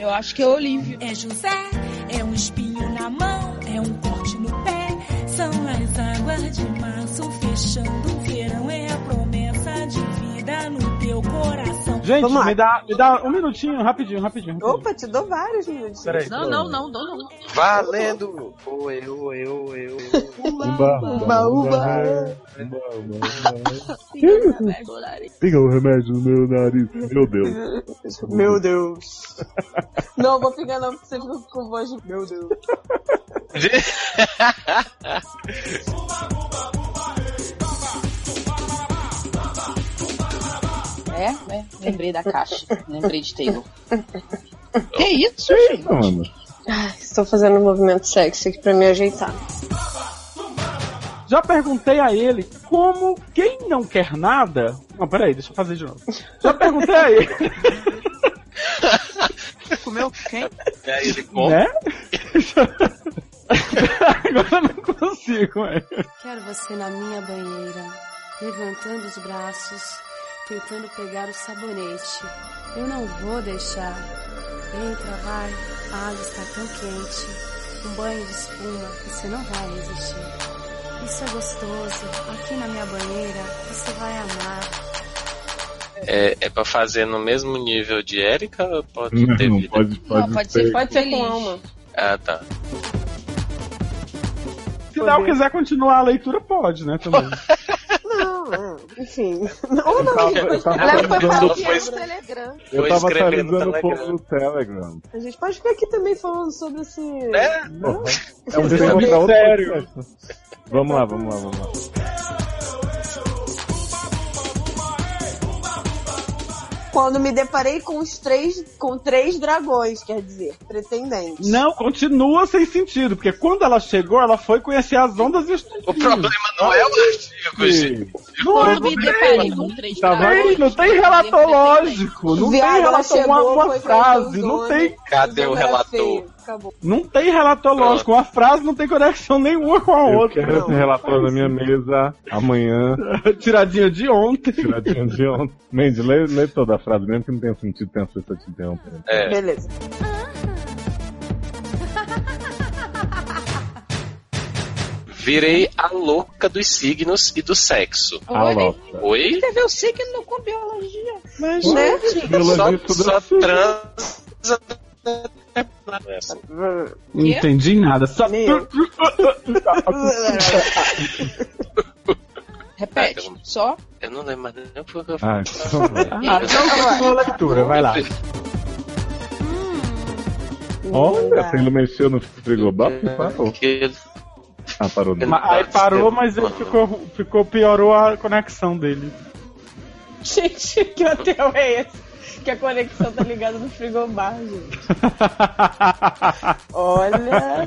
Eu acho que é Olívia. É José, é um espinho na mão, é um corte no pé. São as águas de março fechando o verão. É a promessa de vida no teu coração. Gente, Vamos lá. me dá, me dá um minutinho, rapidinho, rapidinho. rapidinho. Opa, te dou vários minutos. Peraí. Não, não, não, não, não. Valendo! Oi, oi, oi, oi. Uba, uba, uba, uba. uba, uba. Liga o remédio no meu nariz. Meu Deus. Meu Deus. não, vou pegar não, porque você ficou com voz de. Meu Deus. É, né? Lembrei da caixa. Lembrei de Taylor. que isso, gente? Não, mano. Estou fazendo um movimento sexy aqui pra me ajeitar. Já perguntei a ele como quem não quer nada. Não, peraí, deixa eu fazer de novo. Já perguntei a ele. Comeu quem? [laughs] É, ele compra. Né? [laughs] Agora eu não consigo, é. velho. Quero você na minha banheira, levantando os braços, tentando pegar o sabonete. Eu não vou deixar. Entra, vai. A água está tão quente. Um banho de espuma, você não vai resistir. Isso é gostoso. Aqui na minha banheira, você vai amar. É, é pra fazer no mesmo nível de Erika ou pode Não, ter não, vida? pode, pode, Não, pode ser, pode ser com com alma. alma. Ah, tá. Se não quiser continuar a leitura, pode, né? Também. Não, é, enfim. Ou não, tava- a gente eu tava ela pensando foi falar depois. que era no Telegram. Eu Vou tava escrever no atualizando o povo Telegram. do Telegram. A gente pode ficar aqui também falando sobre esse. Né? É um tema pra outro podcast. Vamos lá, vamos lá, vamos lá. Quando me deparei com os três. com três dragões, quer dizer, pretendentes. Não, continua sem sentido, porque quando ela chegou, ela foi conhecer as ondas e os O problema não é o artigo, gente. Não é Quando me deparei um com três Tá dragões, vendo? Não tem relato lógico, não tem Viado, ela relato uma, chegou, uma foi frase, conhecer os não tem, homens, Cadê os o homens era relator? é feio, Acabou. não tem relato lógico, uma frase não tem conexão nenhuma com a Eu outra. quero esse relatório na minha mesa amanhã, Tiradinha de ontem. tiradinho de ontem. Mandy, lê, lê toda a frase, mesmo que não tenha sentido, tem as pessoas te interrompendo. É. Beleza. Virei a louca dos signos e do sexo. A Olha, louca. Oi? escreveu o signo com biologia. Mas, Né? Só, Biologia tudo só assim. transa. É assim. não entendi nada. Só... Meu. Ah, Tá, Repete, então- só. Eu não lembro mais nem o que eu Ah, então [laughs] vai. Ah, então continua a leitura, vai lá. Olha, Tá. se ele mexeu no frigobar, parou. Que- Ah, parou. Não. Ma- Aí parou, mas ele ficou, ficou, piorou a conexão [laughs] dele. [laughs] Gente, que hotel é esse? Que a conexão tá ligada no frigobar, gente. Olha.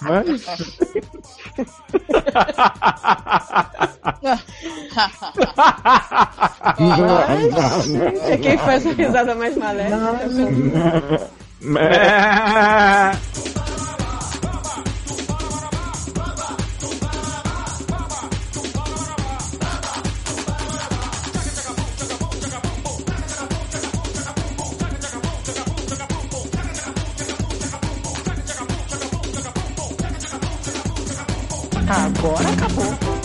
Mas, É quem faz a risada mais maléfica. É. agora acabou.